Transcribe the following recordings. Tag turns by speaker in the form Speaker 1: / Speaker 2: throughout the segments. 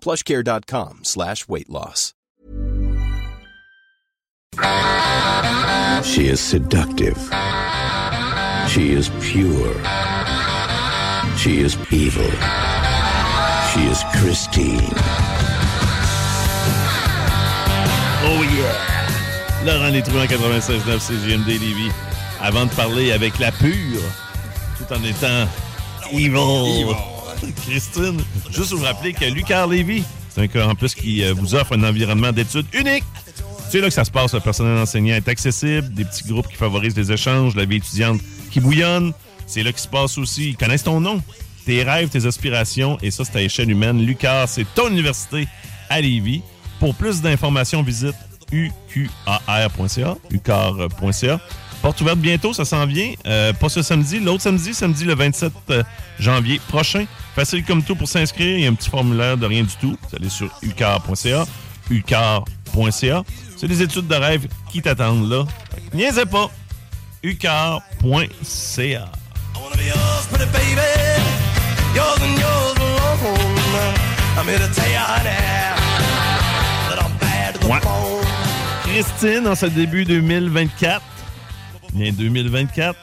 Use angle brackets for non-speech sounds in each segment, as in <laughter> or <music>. Speaker 1: plushcare.com slash weight loss.
Speaker 2: She is seductive. She is pure. She is evil. She is Christine.
Speaker 3: Oh yeah! Laurent Létrouille en 96.9 CGMD Lévis. Avant de parler avec la pure, tout en étant evil. Christine, juste vous rappeler que Lucas Lévy, c'est un campus qui euh, vous offre un environnement d'études unique. C'est là que ça se passe. Le personnel enseignant est accessible, des petits groupes qui favorisent les échanges, la vie étudiante qui bouillonne. C'est là qu'il se passe aussi. Ils connaissent ton nom, tes rêves, tes aspirations, et ça, c'est à échelle humaine. Lucas, c'est ton université à Lévis. Pour plus d'informations, visite uqar.ca, uqar.ca. Porte ouverte bientôt, ça s'en vient. Euh, pas ce samedi, l'autre samedi, samedi le 27 euh, janvier prochain. Facile comme tout pour s'inscrire. Il y a un petit formulaire de rien du tout. Vous allez sur ucar.ca, ucar.ca. C'est des études de rêve qui t'attendent là. Fait que Niaisez pas, ucar.ca.
Speaker 4: Yours and yours alone. I'm here to tell you, honey, that I'm bad to the
Speaker 3: Ouais.
Speaker 4: bone.
Speaker 3: Christine, en ce début 2024, bien 2024,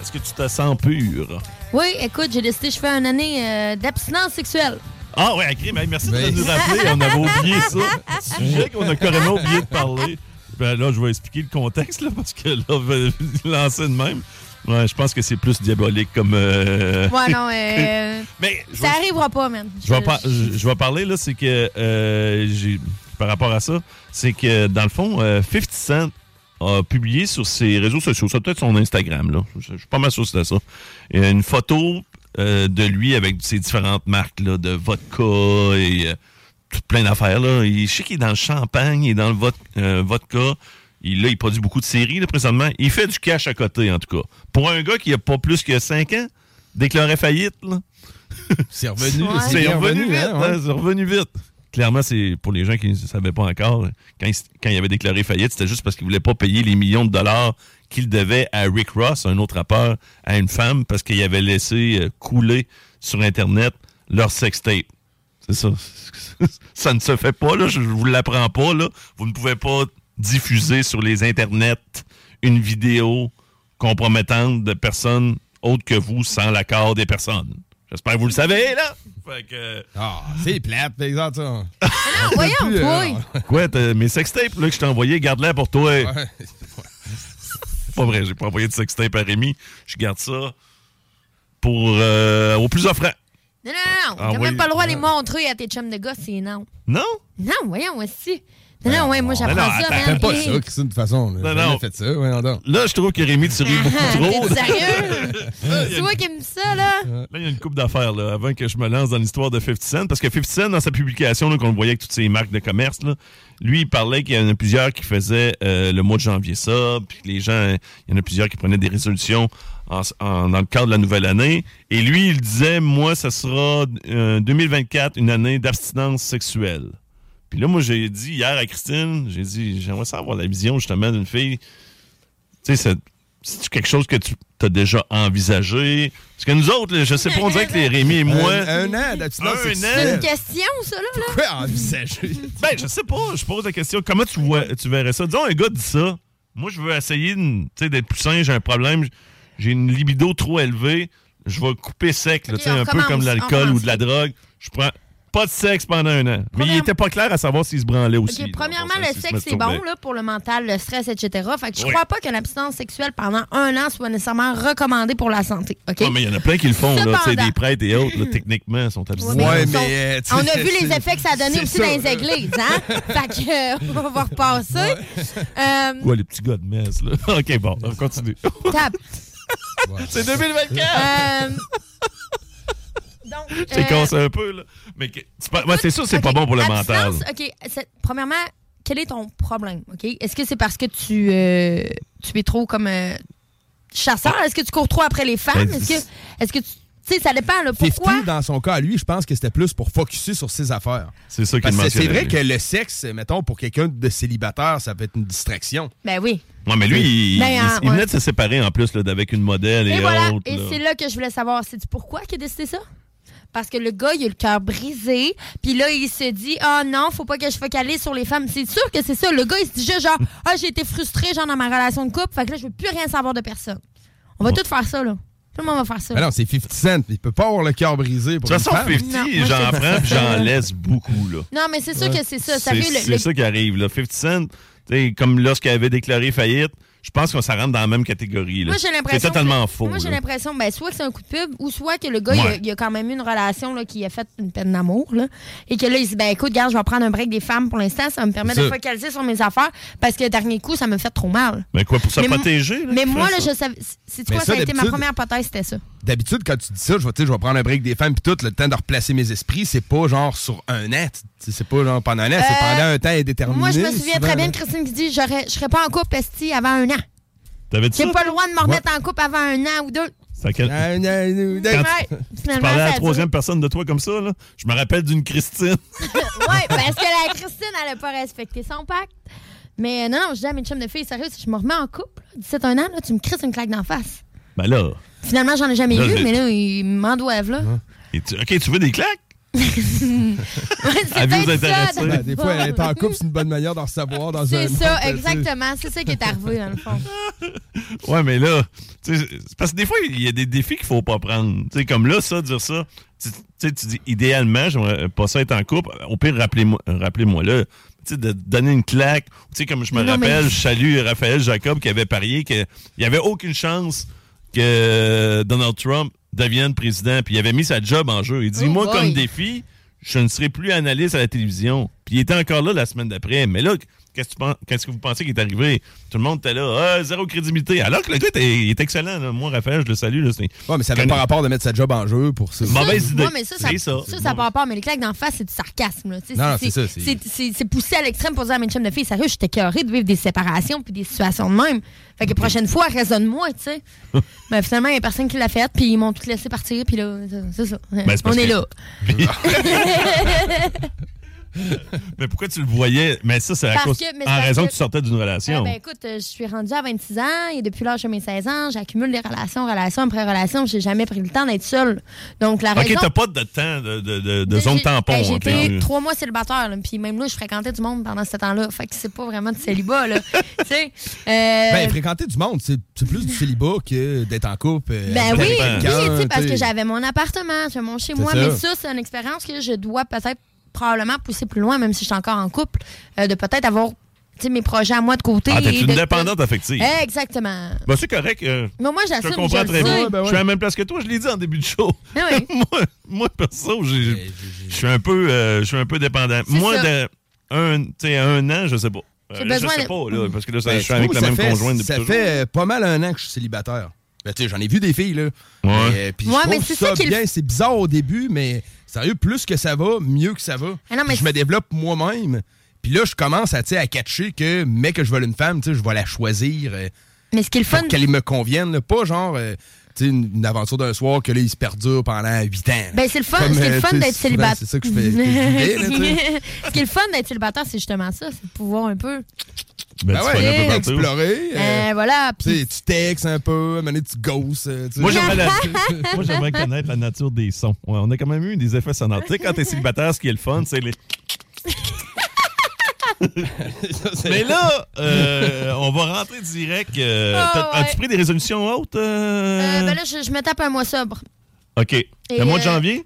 Speaker 3: est-ce que tu te sens pure?
Speaker 5: Oui, écoute, j'ai décidé, je fais une année euh, d'abstinence sexuelle.
Speaker 3: Ah ouais, ok, ben, merci
Speaker 6: Ben,
Speaker 3: de nous rappeler. On avait oublié ça. Sujet qu'on a carrément oublié de parler. Ben là, je vais expliquer le contexte là, parce que là, on va <laughs> lancer de même. Ouais, je pense que c'est plus diabolique comme. euh,
Speaker 5: Ouais, non, euh,
Speaker 3: <laughs> Mais je
Speaker 5: ça
Speaker 3: vais,
Speaker 5: arrivera pas, man.
Speaker 3: je vais par- je- je vais parler là, c'est que euh, j'ai- par rapport à ça, c'est que dans le fond, euh, 50 Cent a publié sur ses réseaux sociaux, ça peut être son Instagram là, je, je suis pas mal sûr que c'était ça, euh, une photo euh, de lui avec ses différentes marques là, de vodka et euh, tout plein d'affaires. Là. Il, je sais qu'il est dans le champagne, il est dans le vod- euh, vodka. Il, là, il produit beaucoup de séries là, présentement. Il fait du cash à côté, en tout cas. Pour un gars qui a pas plus que 5 ans, déclaré faillite, là.
Speaker 6: C'est revenu.
Speaker 5: Ouais.
Speaker 6: bien
Speaker 3: C'est revenu, vite,
Speaker 6: hein, ouais.
Speaker 3: hein, c'est revenu vite. Clairement, c'est pour les gens qui ne savaient pas encore, quand il, s- quand il avait déclaré faillite, c'était juste parce qu'il voulait pas payer les millions de dollars qu'il devait à Rick Ross, un autre rappeur, à une femme, parce qu'il avait laissé euh, couler sur Internet leur sextape. C'est ça. <laughs> ça ne se fait pas, là. Je je vous l'apprends pas, là. Vous ne pouvez pas diffuser sur les internets une vidéo compromettante de personnes autres que vous sans l'accord des personnes. J'espère que vous le savez, là. Fait que...
Speaker 6: Ah, c'est plate, par exemple. ça.
Speaker 5: Non, voyons,
Speaker 6: plus,
Speaker 5: oui.
Speaker 3: Ah, Quoi, t'as- mes sextapes, là, que je t'ai envoyé, garde-les pour toi.
Speaker 6: <laughs> Ouais.
Speaker 3: Pas vrai, j'ai pas envoyé de sextape à Rémi. Je garde ça pour... euh, au plus offrant.
Speaker 5: Non, non, non,
Speaker 3: Ah,
Speaker 5: t'as
Speaker 3: oui.
Speaker 5: même pas le droit de les montrer à tes chums de gars, c'est non.
Speaker 3: Non?
Speaker 5: Non, voyons, aussi. Non, non, ouais, moi, j'apprends
Speaker 3: non,
Speaker 5: ça,
Speaker 3: attends,
Speaker 5: man.
Speaker 6: T'aimes pas
Speaker 5: Hey,
Speaker 6: ça, Christine, de toute façon.
Speaker 3: Non,
Speaker 6: Non,
Speaker 3: non.
Speaker 6: non. fait ça, ouais, non, non.
Speaker 3: Là, je trouve que Rémi, tu ris
Speaker 5: <laughs>
Speaker 3: beaucoup trop. <laughs>
Speaker 5: T'es sérieux? tu vois qu'il me dit ça, là?
Speaker 3: Là, il y a une coupe d'affaires, là, avant que je me lance dans l'histoire de 50 Cent. Parce que 50 Cent, dans sa publication, là, qu'on le voyait avec toutes ses marques de commerce, là, lui, il parlait qu'il y en a plusieurs qui faisaient euh, le mois de janvier ça, puis que les gens, euh, il y en a plusieurs qui prenaient des résolutions en, en- dans le cadre de la nouvelle année. Et lui, il disait, moi, ça sera euh, 2024, une année d'abstinence sexuelle. Puis là, moi, j'ai dit hier à Christine, j'ai dit, j'aimerais ça avoir la vision, justement, d'une fille tu sais, c'est- c'est-tu quelque chose que tu as déjà envisagé? Parce que nous autres, là, je sais pas, on dirait que les Rémi et moi.
Speaker 6: Un, un an d'abstinence
Speaker 3: Un
Speaker 5: C'est
Speaker 3: an.
Speaker 6: sexuelle.
Speaker 5: une question, ça, là? là?
Speaker 6: Quoi Ah, envisager?
Speaker 3: Ben, je sais pas, je pose la question. Comment tu, vois, tu verrais ça? Disons, un gars dit ça. Moi, je veux essayer de- tu sais, d'être plus sain, j'ai un problème, j- j'ai une libido trop élevée, je vais couper sec, là,
Speaker 5: Ok,
Speaker 3: tu sais,
Speaker 5: on
Speaker 3: un peu
Speaker 5: recommence,
Speaker 3: comme de
Speaker 5: on
Speaker 3: l'alcool ou
Speaker 5: recommence.
Speaker 3: de la drogue. Je prends Pas de sexe pendant un an. Mais il
Speaker 5: Première-
Speaker 3: était pas clair à savoir s'il se branlait aussi.
Speaker 5: OK,
Speaker 3: là, pour
Speaker 5: premièrement,
Speaker 3: ça,
Speaker 5: le
Speaker 3: s'il se
Speaker 5: sexe, c'est
Speaker 3: masturbait.
Speaker 5: bon là, pour le mental, le stress, etc. Fait que je
Speaker 3: Oui.
Speaker 5: crois pas que l'abstinence sexuelle pendant un an soit nécessairement recommandée pour la santé. OK?
Speaker 3: Ouais, Ah, mais il y en a plein qui le font, là. Tu sais,
Speaker 5: Cependant.
Speaker 3: des prêtres et autres, là, techniquement, sont abstinents.
Speaker 6: Ouais,
Speaker 5: Ils sont-
Speaker 6: mais, euh, tu
Speaker 5: on a
Speaker 6: sais,
Speaker 5: vu les
Speaker 6: c'est-
Speaker 5: effets que ça a donné
Speaker 6: c'est
Speaker 5: aussi
Speaker 6: ça,
Speaker 5: dans les
Speaker 6: là.
Speaker 5: églises, hein?
Speaker 3: <laughs>
Speaker 5: fait que, euh, on va repasser. Euh,
Speaker 3: Ouais, les petits gars de messe, là. <laughs> OK, bon, on continue. <laughs>
Speaker 5: tap.
Speaker 3: c'est 2024!
Speaker 5: Euh, donc,
Speaker 3: <laughs> J'ai
Speaker 5: euh,
Speaker 3: cassé un peu, là. Mais que- tu par- ouais, c'est sûr que c'est pas
Speaker 5: Ok, euh,
Speaker 3: bon pour le mental.
Speaker 5: abstinence, OK. c'est- Premièrement, quel est ton problème? OK? Est-ce que c'est parce que tu, euh, tu es trop comme euh, chasseur? Est-ce que tu cours trop après les femmes?
Speaker 3: Ben,
Speaker 5: Est-ce que,
Speaker 3: c'est-
Speaker 5: est-ce que tu. Tu sais, ça dépend, là. Pourquoi?
Speaker 6: 50, dans son cas, à lui, je pense que c'était plus pour focuser sur ses affaires.
Speaker 3: C'est ça qu'il
Speaker 6: Parce que c'est
Speaker 3: mentionnait,
Speaker 6: vrai
Speaker 3: lui.
Speaker 6: que le sexe, mettons, pour quelqu'un de célibataire, ça peut être une distraction.
Speaker 5: Ben oui.
Speaker 3: Ouais, mais lui, il,
Speaker 5: Ben,
Speaker 3: il-
Speaker 5: hein,
Speaker 3: il
Speaker 5: ouais.
Speaker 3: venait de se séparer en plus là, d'avec une modèle et,
Speaker 5: Et voilà.
Speaker 3: autres.
Speaker 5: Et
Speaker 3: là.
Speaker 5: c'est là que je voulais savoir. C'est du pourquoi qu'il a décidé ça? Parce que le gars, il a le cœur brisé. Puis là, il se dit, ah non, faut pas que je focalise sur les femmes. C'est sûr que c'est ça. Le gars, il se dit juste genre, ah, j'ai été frustré, genre, dans ma relation de couple. Fait que là, je veux plus rien savoir de personne. On va tout faire ça, là. Tout le monde va faire ça.
Speaker 6: Mais non, c'est 50 Cent. Il peut pas avoir le cœur brisé pour
Speaker 3: De toute
Speaker 6: une
Speaker 3: façon,
Speaker 6: femme.
Speaker 3: 50,
Speaker 5: Non, moi,
Speaker 3: j'en
Speaker 5: c'est-
Speaker 3: prends puis j'en laisse beaucoup. Là.
Speaker 5: Non, mais c'est sûr que c'est ça.
Speaker 3: C'est
Speaker 5: Sérieux, le-
Speaker 3: c'est
Speaker 5: le-
Speaker 3: ça qui arrive. Là. 50 Cent, tu sais, comme lorsqu'il avait déclaré faillite, je pense qu'on s'en rentre dans la même catégorie. Là.
Speaker 5: Moi, j'ai l'impression.
Speaker 3: C'est totalement
Speaker 5: que-
Speaker 3: faux.
Speaker 5: Moi, j'ai
Speaker 3: là.
Speaker 5: l'impression, ben, soit que c'est un coup de pub, ou soit que le gars, il, a,
Speaker 3: Ouais.
Speaker 5: il a quand même eu une relation là, qui a fait une peine d'amour, là, et que là, il se dit, ben, écoute, regarde, je vais prendre un break des femmes pour l'instant, ça va me permet
Speaker 6: C'est
Speaker 5: de
Speaker 6: ça.
Speaker 5: focaliser sur mes affaires, parce que le dernier coup, ça me fait trop mal.
Speaker 3: Mais quoi, pour se
Speaker 5: Mais mo-
Speaker 3: protéger? là,
Speaker 5: Mais
Speaker 3: tu
Speaker 5: moi,
Speaker 3: fais
Speaker 5: là,
Speaker 3: ça?
Speaker 5: je savais. C'est
Speaker 6: Mais
Speaker 5: quoi,
Speaker 6: ça,
Speaker 5: ça a été ma
Speaker 6: d'habitude-
Speaker 5: première hypothèse, c'était ça.
Speaker 6: D'habitude, quand tu dis ça, je vais, tu sais, je vais prendre un break des femmes puis tout, le temps de replacer mes esprits, c'est pas genre sur un an. tu sais, C'est pas genre pendant un an, c'est
Speaker 5: Euh,
Speaker 6: pendant un temps
Speaker 3: Ah,
Speaker 6: indéterminé.
Speaker 5: Moi, je me souviens
Speaker 6: souvent,
Speaker 5: très bien
Speaker 6: là.
Speaker 5: de Christine qui dit, j'aurais- je serais pas en couple esti avant un an.
Speaker 3: T'avais dit
Speaker 5: J'ai
Speaker 3: ça?
Speaker 5: pas le droit de me remettre en couple avant un an ou deux.
Speaker 3: Ça, quand-
Speaker 6: Un an, un an, un an.
Speaker 5: Ouais,
Speaker 3: Tu parlais à
Speaker 5: finalement, ça
Speaker 3: la
Speaker 5: a
Speaker 3: troisième personne de toi comme ça, là. Je me rappelle d'une Christine. <laughs>
Speaker 5: Oui, parce que la Christine, elle n'a pas respecté son pacte. Mais euh, non, non, je dis à mes chums de filles, sérieux, si je me remets en couple, là, 17 un an, là, tu me crises une claque d'en face.
Speaker 3: Ben là,
Speaker 5: Finalement, j'en ai jamais
Speaker 3: Là,
Speaker 5: eu,
Speaker 3: j'ai-
Speaker 5: mais là, ils m'en doivent, là.
Speaker 3: et tu- OK, tu veux des claques?
Speaker 5: Ouais, <laughs> c'est
Speaker 3: Avez-vous
Speaker 5: peut-être ça,
Speaker 3: intéressé?
Speaker 5: de-
Speaker 6: Ben, des fois, être en couple, c'est une bonne manière d'en recevoir dans un.
Speaker 5: C'est
Speaker 6: tu
Speaker 5: ça,
Speaker 6: sais.
Speaker 5: exactement. C'est ça qui est arrivé, dans le fond.
Speaker 3: Ouais, mais là, tu sais, c'est parce que des fois, il y a des défis qu'il faut pas prendre. Tu sais, comme là, ça, dire ça, tu tu sais, tu dis idéalement, j'aimerais pas ça être en couple. Au pire, rappelez-moi rappelez-moi là. Tu sais, de donner une claque. Tu sais, comme je me
Speaker 5: Non, mais-
Speaker 3: rappelle, je salue Raphaël Jacob qui avait parié qu'il n'y avait aucune chance que Donald Trump devienne président. Puis il avait mis sa job en jeu. Il dit,
Speaker 5: Oh
Speaker 3: moi,
Speaker 5: boy.
Speaker 3: comme défi, je ne serai plus analyste à la télévision. Puis il était encore là la semaine d'après. Mais là, qu'est-ce que, tu penses- qu'est-ce que vous pensez qui est arrivé? Tout le monde était là, Ah, zéro crédibilité. Alors que le gars, était- il est excellent. là. Moi, Raphaël, je le salue. là. C'est-
Speaker 6: Ouais, mais ça avait
Speaker 3: Quand-
Speaker 6: pas rapport de mettre sa job en jeu pour ça.
Speaker 3: Mauvaise idée.
Speaker 5: Non, mais ça, ça,
Speaker 3: Ah, ben, C'est
Speaker 5: ça, ça, part pas. Mais les claques d'en face, c'est du sarcasme. Là. Tu sais,
Speaker 6: Non, non,
Speaker 5: c'est-
Speaker 6: c'est ça, c'est-
Speaker 5: c'est- C'est c'est poussé à l'extrême pour dire à mes chums de filles, sérieux, j'étais écœurée de vivre des séparations puis des situations de même. Fait que prochaine fois, raisonne-moi, tu
Speaker 3: <laughs>
Speaker 5: sais. mais finalement, il y a personne qui l'a fait, puis ils m'ont tout laissé partir, puis là, c'est ça.
Speaker 3: Ben, c'est
Speaker 5: On
Speaker 3: parce
Speaker 5: est
Speaker 3: que-
Speaker 5: là.
Speaker 3: <laughs> Mais pourquoi tu le voyais? Mais ça, c'est à
Speaker 5: Parce
Speaker 3: cause.
Speaker 5: que- mais c'est
Speaker 3: en
Speaker 5: parce
Speaker 3: raison
Speaker 5: que-
Speaker 3: que tu sortais d'une
Speaker 5: Eh
Speaker 3: relation.
Speaker 5: ben, écoute, euh, je suis rendue à 26 ans et depuis l'âge de mes 16 ans, j'accumule des relations, relations après relations. J'ai jamais pris le temps d'être seule. Donc, la
Speaker 3: OK,
Speaker 5: raison...
Speaker 3: t'as pas de temps de, de, de, de zone
Speaker 5: J'ai-
Speaker 3: tampon.
Speaker 5: ben, J'ai
Speaker 3: OK.
Speaker 5: été trois mois célibataire, là, puis même là, je fréquentais du monde pendant ce temps-là. Fait que c'est pas vraiment du célibat,
Speaker 3: <laughs>
Speaker 5: là. tu sais. euh,
Speaker 6: Ben, fréquenter du monde, c'est c'est plus du célibat que d'être en couple. euh,
Speaker 5: ben
Speaker 6: avec
Speaker 5: oui, oui, tu
Speaker 6: quelqu'un,
Speaker 5: sais, parce
Speaker 6: tu
Speaker 5: que
Speaker 6: sais.
Speaker 5: j'avais mon appartement, j'avais mon chez moi.
Speaker 6: ça.
Speaker 5: Mais ça, c'est une expérience que je dois peut-être probablement pousser plus loin, même si je suis encore en couple, euh, de peut-être avoir tu sais, mes projets à moi de côté.
Speaker 3: Ah, t'es
Speaker 5: et
Speaker 3: une
Speaker 5: de- Eh
Speaker 3: dépendante affective.
Speaker 5: Exactement.
Speaker 3: Ben, c'est correct. euh,
Speaker 5: Mais moi,
Speaker 3: Je
Speaker 5: j'assume.
Speaker 3: te comprends
Speaker 5: le
Speaker 3: très
Speaker 5: sais.
Speaker 3: bien.
Speaker 6: Ouais, ben ouais.
Speaker 3: Je suis à la même place que toi, je l'ai dit en début de show.
Speaker 5: Ah oui.
Speaker 3: <laughs> moi, moi, perso, j'ai- je suis un peu euh, je suis un peu dépendant.
Speaker 5: C'est
Speaker 3: Moi,
Speaker 5: ça.
Speaker 3: de un, tu sais, un an, je sais pas. Euh,
Speaker 5: J'ai
Speaker 3: là, je
Speaker 5: besoin
Speaker 3: sais
Speaker 5: de-
Speaker 3: pas, là, parce que là, ça-
Speaker 6: Ben,
Speaker 3: je suis
Speaker 6: je
Speaker 3: avec
Speaker 6: trouve
Speaker 3: la
Speaker 6: que
Speaker 3: même
Speaker 6: ça fait-
Speaker 3: conjointe depuis
Speaker 6: Ça
Speaker 3: toujours. Ben,
Speaker 6: fait euh, pas mal un an que je suis célibataire. Ben, tu sais, j'en ai vu des filles, là.
Speaker 3: Ouais.
Speaker 6: Euh, puis
Speaker 5: Ouais,
Speaker 6: je
Speaker 5: mais
Speaker 6: trouve
Speaker 5: c'est
Speaker 6: ça
Speaker 5: ça qui est le-
Speaker 6: bien. C'est bizarre au début, mais sérieux, plus que ça va, mieux que ça va.
Speaker 5: Ah non, mais
Speaker 6: Puis je me
Speaker 5: c'est-
Speaker 6: développe moi-même. Puis là, je commence à, tu sais, à catcher que, mais que je veux une femme, tu sais, je vais la choisir euh,
Speaker 5: Mais ce qui est le fun,
Speaker 6: pour qu'elle me convienne. là. Pas genre, euh, tu sais, une, une aventure d'un soir que là, il se perdure pendant huit ans. là.
Speaker 5: Ben, c'est le fun,
Speaker 6: Comme,
Speaker 5: c'est
Speaker 6: euh,
Speaker 5: le fun
Speaker 6: tu sais,
Speaker 5: d'être
Speaker 6: souvent,
Speaker 5: célibataire.
Speaker 6: c'est ça que je fais- que je vivais, là,
Speaker 5: <laughs>
Speaker 6: tu sais.
Speaker 5: <laughs> Ce qui est le fun d'être célibataire, c'est justement ça, c'est de pouvoir un peu.
Speaker 3: Ben,
Speaker 6: Ben
Speaker 3: tu
Speaker 6: ouais,
Speaker 3: pognes un peu
Speaker 6: t'as
Speaker 3: partout.
Speaker 6: exploré. euh,
Speaker 5: Euh, voilà,
Speaker 6: tu
Speaker 5: puis.
Speaker 6: sais, tu textes un peu, à un moment donné, tu ghosts. euh, tu sais.
Speaker 3: Moi, j'aimerais
Speaker 5: <laughs>
Speaker 3: la- moi, j'aimerais connaître la nature des sons. Ouais, on a quand même eu des effets sonores. Tu sais, quand t'es célibataire, ce qui est le fun,
Speaker 6: <laughs>
Speaker 3: c'est les. Mais là, euh, on va rentrer direct. euh,
Speaker 5: Ah,
Speaker 3: t'as-
Speaker 5: ouais. ben
Speaker 3: As-tu pris des résolutions hautes? euh?
Speaker 5: Euh, ben là, je, je me tape un mois sobre.
Speaker 3: OK. Le mois de
Speaker 5: euh,
Speaker 3: janvier?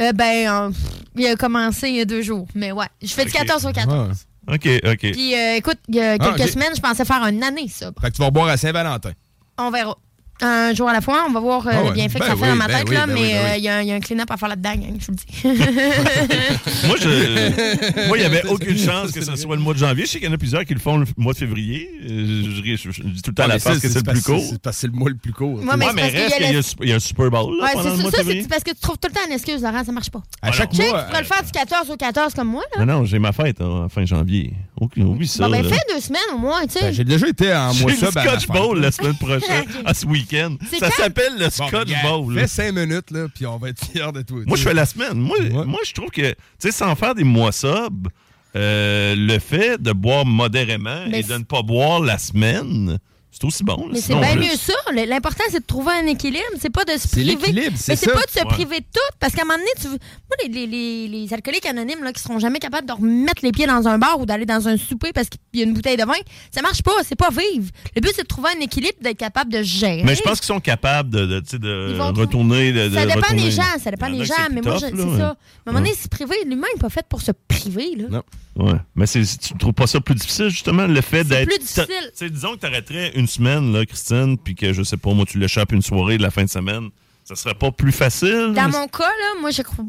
Speaker 5: Euh, ben, euh, pff, il a commencé il y a deux jours. Mais ouais, je fais du
Speaker 3: Ok.
Speaker 5: 14 au 14.
Speaker 3: OK, OK.
Speaker 5: Puis euh, écoute, il y a
Speaker 6: Ah,
Speaker 5: quelques
Speaker 6: ok.
Speaker 5: semaines, je pensais faire une année sobre.
Speaker 6: Fait que tu vas boire à Saint-Valentin.
Speaker 5: On verra. Un jour à la fois, on va voir euh,
Speaker 6: Ah ouais.
Speaker 5: le bienfait
Speaker 6: Ben
Speaker 5: que ça fait
Speaker 6: oui,
Speaker 5: dans ma
Speaker 6: ben
Speaker 5: tête,
Speaker 6: oui,
Speaker 5: là,
Speaker 6: ben oui,
Speaker 5: mais
Speaker 6: ben
Speaker 5: euh,
Speaker 6: oui.
Speaker 5: il y, a un- il y a un clean-up à faire là-dedans, gang, je vous
Speaker 6: <laughs>
Speaker 5: le dis.
Speaker 3: Moi,
Speaker 5: <laughs>
Speaker 3: je, moi, il n'y avait aucune chance que ce soit le mois de janvier. Je sais qu'il y en a plusieurs qui le font le mois de février. Euh, Je, je- je- je dis tout le temps à la
Speaker 6: face
Speaker 3: face que c'est le plus court.
Speaker 6: Ah, C'est parce que c'est le mois le plus court.
Speaker 5: Ouais, mais
Speaker 3: Ouais,
Speaker 5: c'est
Speaker 3: mais
Speaker 5: parce qu'il
Speaker 3: reste
Speaker 5: y a
Speaker 3: qu'il y,
Speaker 5: la-
Speaker 3: a le- il y a un Super Bowl là,
Speaker 5: Ouais,
Speaker 3: pendant le
Speaker 5: c'est
Speaker 3: mois de
Speaker 5: ça, ça
Speaker 3: février.
Speaker 5: c'est parce que tu trouves tout le temps une excuse, Laurent, ça marche pas.
Speaker 6: à chaque
Speaker 5: Tu sais, tu
Speaker 6: mois.
Speaker 5: pourrais le faire du 14 au 14 comme moi, là.
Speaker 3: Non, non, j'ai ma fête hein, fin janvier. Aucune, oublie ça.
Speaker 5: Bon, ben,
Speaker 3: là.
Speaker 5: fais deux semaines au moins, tu
Speaker 6: Ben,
Speaker 5: sais.
Speaker 6: J'ai déjà été en mois
Speaker 3: J'ai le
Speaker 6: sub ben, à la
Speaker 3: Scotch
Speaker 6: fin.
Speaker 3: Bowl la semaine
Speaker 5: <laughs>
Speaker 3: prochaine, à ce week-end.
Speaker 5: C'est
Speaker 3: Ça
Speaker 5: quand?
Speaker 3: s'appelle le
Speaker 6: Bon, ben,
Speaker 3: Scotch
Speaker 6: regarde,
Speaker 3: Bowl.
Speaker 6: Fais 5 minutes, là, puis on va être fiers de toi.
Speaker 3: Moi, je fais la semaine. Moi,
Speaker 6: Ouais.
Speaker 3: moi je trouve que, tu sais, sans faire des mois sobres, euh, le fait de boire modérément
Speaker 5: Mais
Speaker 3: et de ne pas boire la semaine, c'est aussi bon. là,
Speaker 5: Mais c'est
Speaker 3: sinon,
Speaker 5: bien
Speaker 3: plus.
Speaker 5: mieux ça. Le- L'important, c'est de trouver un équilibre. C'est pas de se
Speaker 6: C'est
Speaker 5: priver.
Speaker 6: l'équilibre, c'est
Speaker 5: Mais c'est
Speaker 6: ça.
Speaker 5: pas de se
Speaker 3: Ouais.
Speaker 5: priver de tout. Parce qu'à un moment donné, tu veux- Moi, les, les- les- les alcooliques anonymes là, qui seront jamais capables de remettre les pieds dans un bar ou d'aller dans un souper parce qu'il y a une bouteille de vin, ça marche pas. C'est pas vivre. Le but, c'est de trouver un équilibre, d'être capable de gérer.
Speaker 3: Mais je pense qu'ils sont capables de, de, tu sais, de
Speaker 5: hein? Ils vont
Speaker 3: retourner. De,
Speaker 5: ça
Speaker 3: de
Speaker 5: dépend
Speaker 3: retourner.
Speaker 5: des gens, ça dépend
Speaker 3: Il y en
Speaker 5: des
Speaker 3: a
Speaker 5: gens.
Speaker 3: que c'est
Speaker 5: Mais
Speaker 3: plus
Speaker 5: moi, je-
Speaker 3: tough,
Speaker 5: c'est
Speaker 3: là,
Speaker 5: ça. À un moment donné, se priver, l'humain n'est pas fait pour se priver. Là.
Speaker 6: Non.
Speaker 3: Ouais. Mais c'est, tu ne trouves pas ça plus difficile, justement, le fait d'être.
Speaker 5: plus difficile.
Speaker 3: t'as- tu sais, disons que tu arrêterais une semaine, là, Christine, puis que, je sais pas, moi, tu l'échappes une soirée de la fin de semaine. Ça serait pas plus facile?
Speaker 5: Dans mon cas, là, moi, je crois-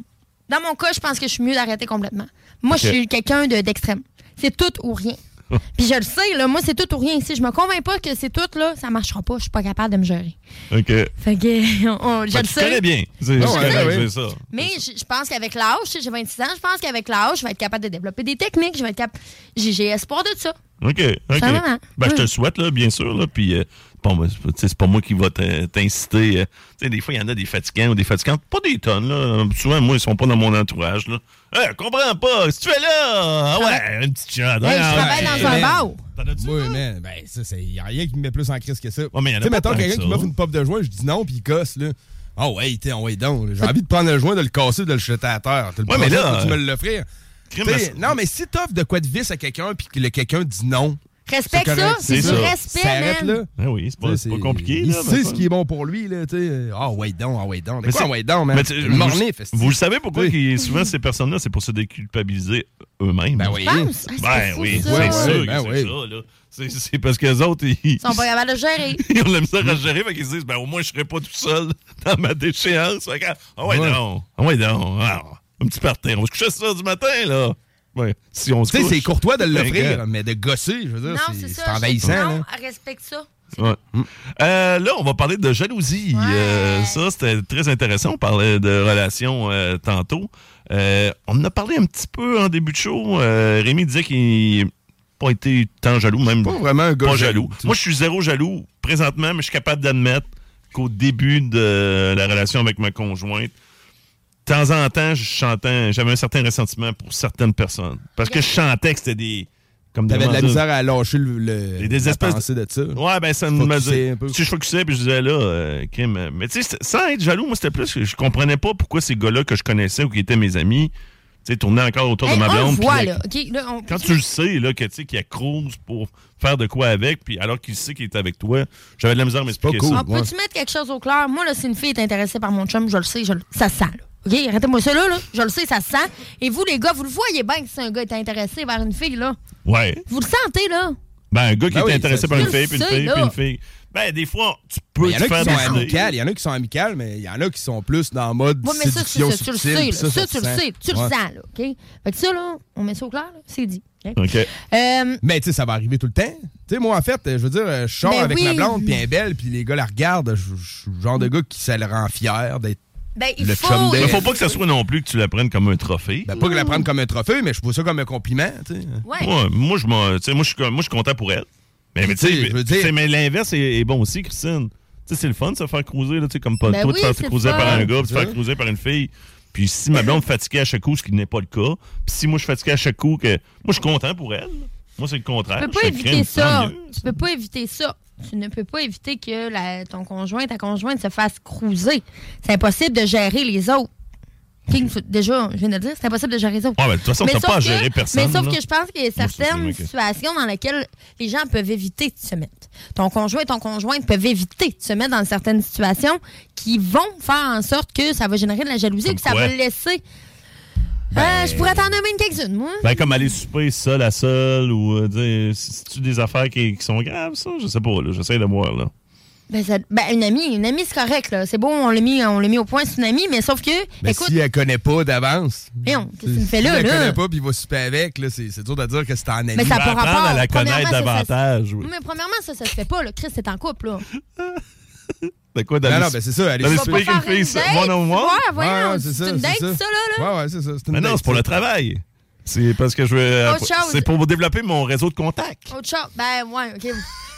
Speaker 5: Dans mon cas, je pense que je suis mieux d'arrêter complètement. Moi,
Speaker 3: Ok.
Speaker 5: je suis quelqu'un de- d'extrême. c'est tout
Speaker 3: <laughs>
Speaker 5: ou rien. Puis je le sais, là, moi, c'est tout ou rien. Si je me convainc pas que c'est tout, là, ça marchera pas. Je suis pas capable de me gérer.
Speaker 3: OK.
Speaker 5: Fait que, <laughs> on- on- je
Speaker 3: Ben,
Speaker 5: le
Speaker 3: tu connais
Speaker 5: sais.
Speaker 3: bien. C'est,
Speaker 6: Ah
Speaker 3: c'est
Speaker 6: ouais,
Speaker 3: correct,
Speaker 6: ouais.
Speaker 3: c'est ça.
Speaker 5: Mais je, je pense qu'avec l'âge, tu sais, j'ai 26 ans, je pense qu'avec l'âge, je vais être capable de développer des techniques. Je vais être capable. J'ai j'ai espoir de ça.
Speaker 3: OK, OK.
Speaker 5: Vraiment.
Speaker 3: Ben, je te
Speaker 5: Oui.
Speaker 3: le souhaite, là, bien sûr. Là, puis, euh, bon, ben, c'est pas- tu sais, c'est pas moi qui va t'in- t'inciter. euh, tu sais, des fois, il y en a des fatigants ou des fatigantes. Pas des tonnes, là. Euh, Souvent, moi, ils sont pas dans mon entourage, là. Hey, comprends pas. Si tu fais là, ah ouais, une petite ah chante.
Speaker 5: Hey, je travaille dans un
Speaker 6: ouais.
Speaker 5: bar.
Speaker 3: T'en as-tu?
Speaker 6: Oui, mais ben, ça, c'est y a rien qui me met plus en crise que ça.
Speaker 3: mais y en a
Speaker 6: tu sais,
Speaker 3: pas
Speaker 6: mettons
Speaker 3: tant que
Speaker 6: quelqu'un
Speaker 3: ça.
Speaker 6: qui m'offre une pop de joint, je dis non, puis il gosse, là. Ah ouais, t'es on est donc. là. J'ai envie de prendre le joint, de le casser, de le jeter à terre. T'as le
Speaker 3: Ouais, mais
Speaker 6: projet,
Speaker 3: là,
Speaker 6: toi, tu me l'offrir.
Speaker 3: crime,
Speaker 6: T'sais,
Speaker 3: mais-
Speaker 6: Non, mais si t'offres de quoi de vice à quelqu'un, puis que le quelqu'un dit non,
Speaker 5: Respecte
Speaker 6: C'est
Speaker 5: ça.
Speaker 6: correct,
Speaker 5: C'est
Speaker 3: c'est
Speaker 5: du
Speaker 3: ça.
Speaker 5: respect,
Speaker 6: ça arrête
Speaker 5: man.
Speaker 6: là.
Speaker 3: Ah oui, c'est pas,
Speaker 6: T'sais,
Speaker 3: c'est pas compliqué.
Speaker 6: Il
Speaker 3: là,
Speaker 6: sait
Speaker 3: mais
Speaker 6: ce
Speaker 3: ça.
Speaker 6: qui est bon pour lui, là, tu sais. Ah, ouais, donc, ah, ouais, donc.
Speaker 3: Mais
Speaker 6: Mais quoi,
Speaker 3: c'est-
Speaker 6: ouais, donc, man?
Speaker 3: Mais tu-
Speaker 6: Le
Speaker 3: vous-
Speaker 6: morné fait ça.
Speaker 3: Vous le savez pourquoi
Speaker 6: Oui.
Speaker 3: qu'ils- souvent ces personnes-là, c'est pour se déculpabiliser eux-mêmes.
Speaker 6: Ben oui.
Speaker 5: Je pense. Ah, c'est
Speaker 3: Ben
Speaker 5: fou,
Speaker 3: oui,
Speaker 5: ça.
Speaker 3: c'est sûr
Speaker 6: Ouais, ben
Speaker 3: que c'est
Speaker 6: oui.
Speaker 3: ça, là. C'est- C'est parce que les autres, ils,
Speaker 5: Ils sont pas capables de gérer.
Speaker 3: <laughs> ils ont de la misère
Speaker 6: Hmm.
Speaker 3: à se gérer, fait qu'ils se disent, ben au moins je serai pas tout seul <laughs> dans ma déchéance. Fait que, ah ouais,
Speaker 6: Ouais.
Speaker 3: non, ah ouais, non, ah, un petit parterre, on va se coucher à 6 heures du matin, là. Ouais, si on se
Speaker 6: Tu sais,
Speaker 3: couche.
Speaker 6: c'est courtois de
Speaker 3: Ben,
Speaker 6: l'offrir,
Speaker 3: gars.
Speaker 6: mais de gosser, je veux dire,
Speaker 5: Non,
Speaker 6: c'est-
Speaker 5: c'est ça.
Speaker 6: c'est envahissant,
Speaker 5: Non,
Speaker 6: là.
Speaker 5: respecte ça.
Speaker 3: Ouais.
Speaker 6: Hmm.
Speaker 3: Euh, là, on va parler de jalousie.
Speaker 5: Ouais.
Speaker 3: Euh, ça, c'était très intéressant. On parlait de relations euh, tantôt. Euh, on en a parlé un petit peu en début de show. Euh, Rémi disait qu'il n'a pas été tant jaloux, même
Speaker 6: Pas vraiment un gars
Speaker 3: pas jaloux.
Speaker 6: tu sais.
Speaker 3: Moi, je suis zéro jaloux présentement, mais je suis capable d'admettre qu'au début de la relation avec ma conjointe, de temps en temps, je chantais, j'avais un certain ressentiment pour certaines personnes. Parce que je chantais que c'était des. Comme des
Speaker 6: T'avais de la
Speaker 3: vendeurs.
Speaker 6: misère à lâcher le, le-
Speaker 3: Et des
Speaker 6: la
Speaker 3: espèces de-
Speaker 6: pensée de ça.
Speaker 3: Ouais, ben ça me
Speaker 6: Focusser
Speaker 3: faisait-
Speaker 6: un peu.
Speaker 3: Si je focusais, puis je disais là, euh, crime. euh, Mais tu sais, c'était- sans être jaloux, moi, c'était plus que je comprenais pas pourquoi ces gars-là que je connaissais ou qui étaient mes amis, tu sais, tournaient encore autour
Speaker 5: Hey,
Speaker 3: de ma
Speaker 5: on
Speaker 3: blonde.
Speaker 5: le
Speaker 3: puis la-
Speaker 5: voit, là. OK, là, on-
Speaker 3: Quand tu le sais, là, que tu sais, qu'il accrouse pour faire de quoi avec, puis alors qu'il sait qu'il est avec toi, j'avais de la misère à m'expliquer
Speaker 6: pas cool.
Speaker 3: ça.
Speaker 5: On peut-tu mettre quelque chose au clair? Moi, là, si une fille est intéressée par mon chum, je le sais, je le- ça se sent. Là. OK? Arrêtez-moi ça là, là. Je le sais, ça se sent. Et vous, les gars, vous le voyez bien que si un gars est intéressé vers une fille, là.
Speaker 3: Ouais.
Speaker 5: Vous le sentez, là.
Speaker 3: Ben, un gars qui
Speaker 6: Ben
Speaker 3: est
Speaker 6: oui,
Speaker 3: intéressé
Speaker 6: ça-
Speaker 3: par
Speaker 5: tu
Speaker 3: une
Speaker 5: le
Speaker 3: fille, puis une
Speaker 5: sais,
Speaker 3: fille,
Speaker 5: là.
Speaker 3: puis une fille. Ben, des fois, tu peux
Speaker 6: Il y en
Speaker 3: te
Speaker 6: a qui
Speaker 3: faire
Speaker 6: sont
Speaker 3: décider.
Speaker 6: amicales, il y en a qui sont amicales, mais il y en a qui sont plus dans le mode
Speaker 5: Ouais, mais ça, c'est
Speaker 6: séduction
Speaker 5: ça. Tu le
Speaker 6: subtile,
Speaker 5: sais, là.
Speaker 6: puis
Speaker 5: Ça, tu
Speaker 6: se
Speaker 5: le
Speaker 6: sent.
Speaker 5: sais. Tu le
Speaker 6: Ouais.
Speaker 5: sens, là. OK? Fait que ça, là, on met ça au clair, là. C'est dit. OK?
Speaker 3: OK.
Speaker 5: Euh,
Speaker 6: Mais tu sais, ça va arriver tout le temps. Tu sais, moi, en fait, euh, je veux dire, euh, je sors
Speaker 5: Ben
Speaker 6: avec
Speaker 5: oui.
Speaker 6: ma blonde, puis elle est belle, puis les gars la regardent. Je je suis le genre de gars qui, ça le rend fier d'être.
Speaker 5: ben, il
Speaker 6: Le
Speaker 5: faut.
Speaker 6: chum
Speaker 3: Mais
Speaker 6: d'elle.
Speaker 3: faut pas que ça soit non plus que tu la prennes comme un trophée.
Speaker 6: Ben, pas que la prendre comme un trophée, mais je vois ça comme un compliment, tu sais.
Speaker 5: Mm. Ouais.
Speaker 3: Ouais, moi, je m'en- tu sais, moi, je suis comme- moi, je suis content pour elle. Mais, mais tu
Speaker 6: Tu sais,
Speaker 3: sais,
Speaker 6: je veux
Speaker 3: tu sais,
Speaker 6: dire-
Speaker 3: mais l'inverse est, est bon aussi, Christine. Tu sais, c'est le fun de se faire cruiser, là, tu sais, comme pas
Speaker 5: Ben
Speaker 3: toi,
Speaker 5: oui,
Speaker 3: de
Speaker 5: c'est
Speaker 3: faire
Speaker 5: le
Speaker 3: cruiser
Speaker 5: fun.
Speaker 3: par un gars, puis de
Speaker 6: C'est
Speaker 3: faire
Speaker 6: ça.
Speaker 3: cruiser par une fille. Puis si ma blonde fatiguait à chaque coup, ce qui n'est pas le cas, puis si moi, je fatiguais à chaque coup, que moi, je suis content pour elle. Moi, c'est le contraire.
Speaker 5: Tu peux
Speaker 3: Je
Speaker 5: pas
Speaker 3: fais crime,
Speaker 5: éviter ça.
Speaker 3: tant mieux.
Speaker 5: Tu peux pas éviter ça. Tu ne peux pas éviter que la- ton conjoint, ta conjointe se fasse cruiser. C'est impossible de gérer les autres. King, faut- déjà, je viens de le dire, c'est impossible de gérer ça.
Speaker 3: Ah, ben, de toute façon,
Speaker 5: Mais
Speaker 3: t'as
Speaker 5: sauf
Speaker 3: pas à
Speaker 5: que-
Speaker 3: gérer personne,
Speaker 5: Mais sauf
Speaker 3: là.
Speaker 5: que je pense qu'il y a certaines
Speaker 3: moi, ok.
Speaker 5: situations dans lesquelles les gens peuvent éviter de se mettre. Ton conjoint et ton conjointe peuvent éviter de se mettre dans certaines situations qui vont faire en sorte que ça va générer de la jalousie ou que ça
Speaker 3: quoi?
Speaker 5: va laisser. Euh, je pourrais t'en nommer une quelques-unes, moi.
Speaker 3: Ben, comme aller souper seul à seul ou euh, dire, c'est-tu des affaires qui, qui sont graves, ça? Je sais pas, là. J'essaie de voir, là.
Speaker 5: Ben, ça- ben, une amie, une amie, c'est correct, là. C'est bon, on l'a mis, euh, on l'a mis au point, c'est une amie, mais sauf que,
Speaker 3: Ben,
Speaker 6: Mais
Speaker 5: écoute,
Speaker 6: Ben, si elle connaît pas d'avance.
Speaker 5: voyons, qu'est-ce que tu me fais
Speaker 6: si
Speaker 5: là,
Speaker 6: elle
Speaker 5: là?
Speaker 6: connaît pas puis il va souper avec, là, c'est c'est dur de dire que c'est en ami.
Speaker 5: Mais ça
Speaker 3: Ben,
Speaker 5: n'a pas
Speaker 3: apprendre
Speaker 5: rapport.
Speaker 3: à la connaître
Speaker 5: Premièrement, ça, ça-
Speaker 3: davantage, oui.
Speaker 5: Mais premièrement, ça, ça se fait pas. Le Chris est en couple,
Speaker 3: <laughs>
Speaker 5: là.
Speaker 3: De quoi
Speaker 6: Non,
Speaker 3: d'aller
Speaker 6: non, ben c'est ça.
Speaker 3: Allez,
Speaker 6: Elle est
Speaker 5: Tu vas
Speaker 3: souper
Speaker 5: pas
Speaker 3: avec
Speaker 5: faire
Speaker 3: une
Speaker 5: une
Speaker 3: fille,
Speaker 5: date,
Speaker 3: one on one?
Speaker 5: tu vois, voyons,
Speaker 6: Ouais, ouais,
Speaker 5: c'est une date, ça, là, là?
Speaker 6: Ouais, ouais, c'est ça. une
Speaker 3: Mais non,
Speaker 6: date,
Speaker 3: c'est pour
Speaker 6: ça.
Speaker 3: le travail. C'est parce que je veux. euh,
Speaker 5: Autre chose.
Speaker 3: C'est pour développer mon réseau de contacts.
Speaker 5: Autre chose, ben, ouais, OK.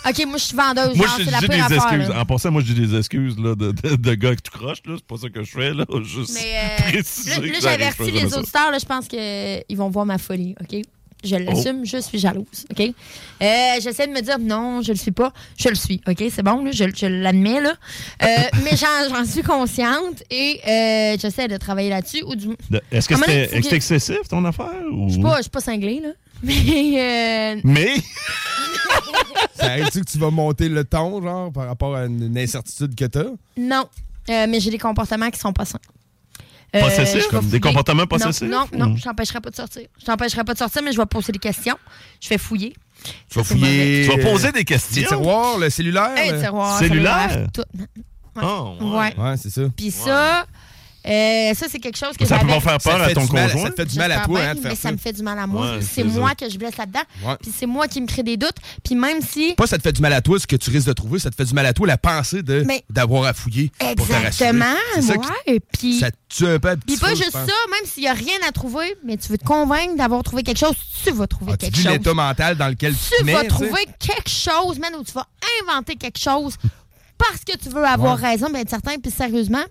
Speaker 5: OK, moi, je suis vendeuse.
Speaker 3: Moi,
Speaker 5: genre,
Speaker 3: je
Speaker 5: c'est la
Speaker 3: dis
Speaker 5: pire
Speaker 3: des
Speaker 5: affaire,
Speaker 3: excuses.
Speaker 5: là.
Speaker 3: En passant, moi, je dis des excuses là, de, de, de gars que tu croches. là. C'est pas ça que je fais. Là. <laughs> Juste
Speaker 5: Mais
Speaker 3: préciser
Speaker 5: euh, là,
Speaker 3: que
Speaker 5: là,
Speaker 3: ça arrive
Speaker 5: j'avertis
Speaker 3: pas
Speaker 5: les
Speaker 3: jamais ça.
Speaker 5: auditeurs, là, je pense qu'ils vont voir ma folie, OK?
Speaker 3: Oh.
Speaker 5: Je l'assume, je suis jalouse, OK? Euh, J'essaie de me dire non, je le suis pas. Je le suis, OK? C'est bon, là, je, je l'admets, là.
Speaker 3: <laughs>
Speaker 5: Euh, mais j'en j'en suis consciente et euh, j'essaie de travailler là-dessus. Ou du
Speaker 3: De- Est-ce que
Speaker 5: À un moment donné,
Speaker 3: c'était
Speaker 5: faut que-
Speaker 3: c'était excessif ton affaire? Ou...
Speaker 5: Je suis pas, je suis pas cinglée, là. <laughs> Mais euh,
Speaker 3: Mais
Speaker 6: Ça arrive-tu que tu vas monter le ton, genre, par rapport à une, une incertitude que t'as?
Speaker 5: non. Euh, mais j'ai des comportements qui sont pas sains. Euh,
Speaker 3: Possessifs,
Speaker 5: je vais
Speaker 3: comme des
Speaker 5: fouiller.
Speaker 3: comportements
Speaker 5: Non,
Speaker 3: possessifs?
Speaker 5: Non, non,
Speaker 3: Mm.
Speaker 5: je t'empêcherai pas de sortir. Je t'empêcherai pas de sortir, mais je vais poser des questions. Je vais fouiller.
Speaker 6: Tu vas
Speaker 5: c'est mauvais.
Speaker 6: fouiller.
Speaker 3: tu vas poser des
Speaker 6: Les
Speaker 3: questions.
Speaker 6: tiroirs, le cellulaire.
Speaker 5: Hey,
Speaker 6: euh,
Speaker 5: tiroir,
Speaker 3: Cellulaire?
Speaker 5: tout.
Speaker 3: Oh, ouais.
Speaker 5: Ouais.
Speaker 6: Ouais, c'est ça.
Speaker 5: Puis ça, euh, ça c'est quelque chose que
Speaker 3: Ça peut
Speaker 5: j'avais-
Speaker 3: pas faire
Speaker 6: Ça
Speaker 3: peur
Speaker 6: te
Speaker 3: à
Speaker 6: fait
Speaker 3: ton
Speaker 6: du mal-
Speaker 3: conjoint.
Speaker 6: Ça te fait du mal à
Speaker 5: J'espère
Speaker 6: toi,
Speaker 5: bien,
Speaker 6: hein, de faire
Speaker 5: mais
Speaker 6: ça.
Speaker 5: ça me fait du mal à moi.
Speaker 3: Ouais, c'est
Speaker 5: c'est
Speaker 3: ça.
Speaker 5: moi que je blesse là-dedans.
Speaker 6: Ouais.
Speaker 5: Puis c'est moi qui me crée des doutes. Puis même si
Speaker 6: Pas ça te fait du mal à toi, ce que tu risques de trouver, ça te fait du mal à toi, la pensée de
Speaker 5: Mais-
Speaker 6: d'avoir à fouiller. pour te rassurer.
Speaker 5: Exactement,
Speaker 6: C'est ça qui-
Speaker 5: ouais. Puis
Speaker 6: Ça te tue un peu à petit
Speaker 5: Puis pas
Speaker 6: feu, je
Speaker 5: juste ça,
Speaker 6: pense.
Speaker 5: même s'il n'y a rien à trouver, mais tu veux te convaincre d'avoir trouvé quelque chose, tu vas trouver
Speaker 6: Ah, tu
Speaker 5: quelque
Speaker 6: dis
Speaker 5: chose.
Speaker 6: l'état mental dans lequel tu te
Speaker 5: Tu
Speaker 6: mets.
Speaker 5: vas
Speaker 6: sais.
Speaker 5: trouver quelque chose, man, où tu vas inventer quelque chose parce que tu veux avoir raison, ben être certain, puis sérieusement,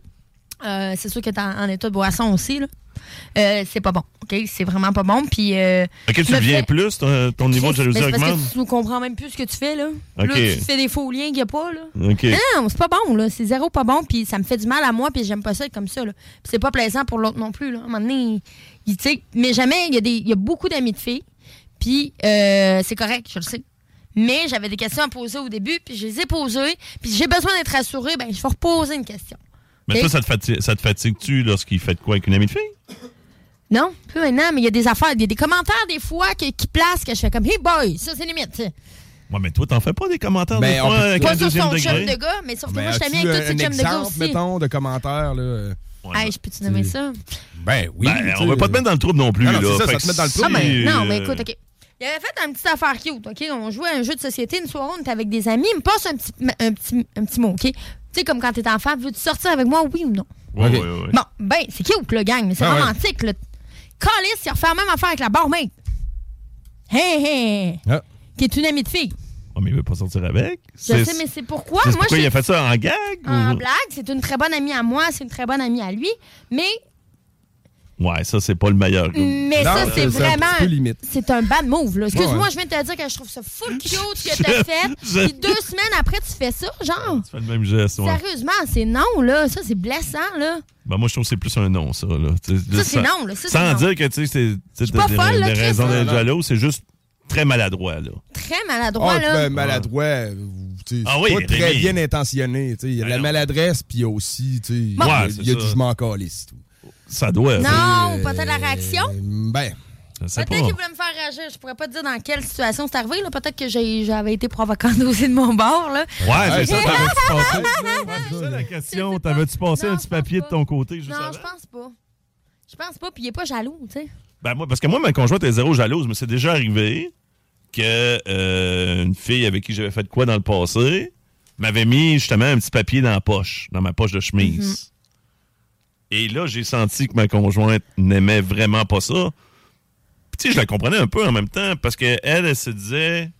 Speaker 5: euh, c'est sûr que t'es en, en état de boisson aussi, là. Euh, c'est pas bon, OK? C'est vraiment pas bon. Puis. euh,
Speaker 3: Ok, tu
Speaker 5: me
Speaker 3: deviens
Speaker 5: fais-
Speaker 3: plus, ton, ton niveau de
Speaker 5: Chris,
Speaker 3: jalousie
Speaker 5: ben, c'est
Speaker 3: augmente.
Speaker 5: Parce que tu ne comprends même plus ce que tu fais, là.
Speaker 3: OK.
Speaker 5: Là, tu fais des faux liens qu'il n'y a pas, là.
Speaker 3: Ok.
Speaker 5: Non, c'est pas bon, là. C'est zéro pas bon, puis ça me fait du mal à moi, puis j'aime pas ça être comme ça, là. Puis c'est pas plaisant pour l'autre non plus, là. À un moment donné, il- tu sais, mais jamais, il y, a des- il y a beaucoup d'amis de filles, puis euh, c'est correct, je le sais. Mais j'avais des questions à poser au début, puis je les ai posées, puis si j'ai besoin d'être rassurée, ben je vais reposer une question.
Speaker 3: Mais
Speaker 5: Ok.
Speaker 3: toi, ça te fatigue- ça te fatigue-tu lorsqu'il fait de quoi avec une amie de fille?
Speaker 5: Non, plus maintenant, mais il y a des affaires, il y a des commentaires des fois que- qui placent que je fais comme Hey boy, ça c'est limite. tu sais.
Speaker 3: Ouais, mais toi, t'en fais pas des commentaires
Speaker 6: Ben,
Speaker 3: de
Speaker 6: on
Speaker 3: toi
Speaker 6: peut-
Speaker 3: avec
Speaker 5: Pas
Speaker 3: un
Speaker 5: sur
Speaker 3: deuxième
Speaker 5: son chum
Speaker 3: degré.
Speaker 5: de gars, mais sauf que
Speaker 6: Ben,
Speaker 5: moi je suis
Speaker 6: as-tu
Speaker 5: amie avec tous
Speaker 6: un
Speaker 5: ses chums de gars
Speaker 6: exemple,
Speaker 5: aussi.
Speaker 6: mettons, de commentaires, là. euh,
Speaker 5: Hey, je peux-tu nommer ça?
Speaker 6: Ben oui.
Speaker 3: Ben,
Speaker 6: tu
Speaker 3: on
Speaker 6: sais.
Speaker 3: va pas te mettre dans le trouble non plus.
Speaker 6: Non, non,
Speaker 3: là.
Speaker 6: c'est ça,
Speaker 3: Fait
Speaker 6: ça
Speaker 3: que
Speaker 6: te met dans le
Speaker 3: si,
Speaker 6: trouble.
Speaker 5: Ah, ben, non,
Speaker 3: euh,
Speaker 5: mais écoute, OK. Il avait fait une petite affaire cute, OK? On jouait à un jeu de société une soirée, on était avec des amis. Il me passe un petit, un petit, un petit mot, OK? Tu sais, comme quand t'es enfant, veux-tu sortir avec moi, oui ou non?
Speaker 3: Ouais,
Speaker 6: Ok.
Speaker 3: ouais, ouais.
Speaker 5: Bon, ben, c'est cute, le gang, mais c'est
Speaker 6: Ah, ouais.
Speaker 5: romantique, là. Callis, il a refait la même affaire avec la barmaid. Hey, hey,
Speaker 6: Ah.
Speaker 5: qui est une amie de fille.
Speaker 3: Oh, mais il veut pas sortir avec.
Speaker 5: Je sais, mais c'est pourquoi.
Speaker 3: c'est
Speaker 5: Moi,
Speaker 3: pourquoi
Speaker 5: je
Speaker 3: il a fait ça en gag?
Speaker 5: en
Speaker 3: ou-
Speaker 5: blague, c'est une très bonne amie à moi, c'est une très bonne amie à lui, mais
Speaker 3: Ouais, ça, c'est pas le
Speaker 5: Euh,
Speaker 3: meilleur. goût.
Speaker 5: Mais
Speaker 6: Non,
Speaker 5: ça,
Speaker 6: c'est
Speaker 5: c'est
Speaker 6: un
Speaker 5: vraiment.
Speaker 6: petit peu limite.
Speaker 5: C'est un bad move, là. Excuse-moi,
Speaker 6: Ouais, ouais.
Speaker 5: je viens de te dire que je trouve ça full cute
Speaker 6: <laughs>
Speaker 5: que t'as
Speaker 3: Je-
Speaker 5: fait.
Speaker 3: je-
Speaker 5: Puis deux semaines après, tu fais ça, genre.
Speaker 3: Tu fais le même geste, ouais.
Speaker 5: Sérieusement, c'est non, là. Ça, c'est blessant, là.
Speaker 3: Ben, moi, je trouve que c'est plus un non, ça. Là. Tu sais,
Speaker 5: Ça,
Speaker 3: juste
Speaker 5: c'est
Speaker 3: sans-
Speaker 5: non, là. Ça,
Speaker 3: Sans
Speaker 5: c'est non.
Speaker 3: dire que, tu sais, c'est- tu sais,
Speaker 5: suis pas
Speaker 3: des-
Speaker 5: folle, là,
Speaker 3: des
Speaker 5: Chris,
Speaker 3: raisons
Speaker 5: là.
Speaker 3: d'être jaloux, c'est juste très maladroit, là.
Speaker 5: Très
Speaker 6: Ah,
Speaker 5: maladroit,
Speaker 6: tu
Speaker 5: là.
Speaker 6: ben, maladroit, euh, tu sais,
Speaker 3: Ah
Speaker 6: c'est
Speaker 3: oui,
Speaker 6: pas très
Speaker 3: Rémi.
Speaker 6: bien intentionné. tu sais. Il y a de
Speaker 3: Ben
Speaker 6: la
Speaker 3: non.
Speaker 6: maladresse, puis il y a aussi, tu sais, il y
Speaker 3: Ouais,
Speaker 6: a-
Speaker 3: c'est
Speaker 6: il y a du
Speaker 3: ça.
Speaker 6: je m'en calisse, tout.
Speaker 3: Ça doit.
Speaker 6: ben,
Speaker 3: ça.
Speaker 5: Non, peut-être la réaction. <laughs>
Speaker 6: Euh, Ben,
Speaker 3: Je sais pas.
Speaker 5: Peut-être qu'il voulait me faire réagir. Je pourrais pas te dire dans quelle situation c'est arrivé, là. Peut-être que j'ai- j'avais été provocante <laughs> aussi de mon bord,
Speaker 3: Ouais,
Speaker 5: là.
Speaker 3: mais
Speaker 6: Ouais,
Speaker 3: ça,
Speaker 6: c'est-
Speaker 3: t'avais-tu passé?
Speaker 6: c'est
Speaker 3: C'est
Speaker 6: ça,
Speaker 3: ça la question.
Speaker 5: pas.
Speaker 3: T'avais-tu passé un
Speaker 5: Non, je
Speaker 3: petit
Speaker 5: pense
Speaker 3: papier de
Speaker 5: pas.
Speaker 3: ton côté juste
Speaker 5: Non,
Speaker 3: avant?
Speaker 5: je pense pas. Je pense pas, puis il est pas jaloux, tu
Speaker 6: Ah,
Speaker 5: sais.
Speaker 3: Ben moi, parce que moi, ma conjointe est zéro jalouse, mais c'est déjà arrivé que euh, une fille avec qui j'avais fait de quoi dans le passé m'avait mis justement un petit papier dans la poche, dans ma poche de
Speaker 5: Mhm.
Speaker 3: chemise. Et là, j'ai senti que ma conjointe n'aimait vraiment pas ça. Puis tu sais, je la comprenais un peu en même temps, parce qu'elle, elle, elle se disait,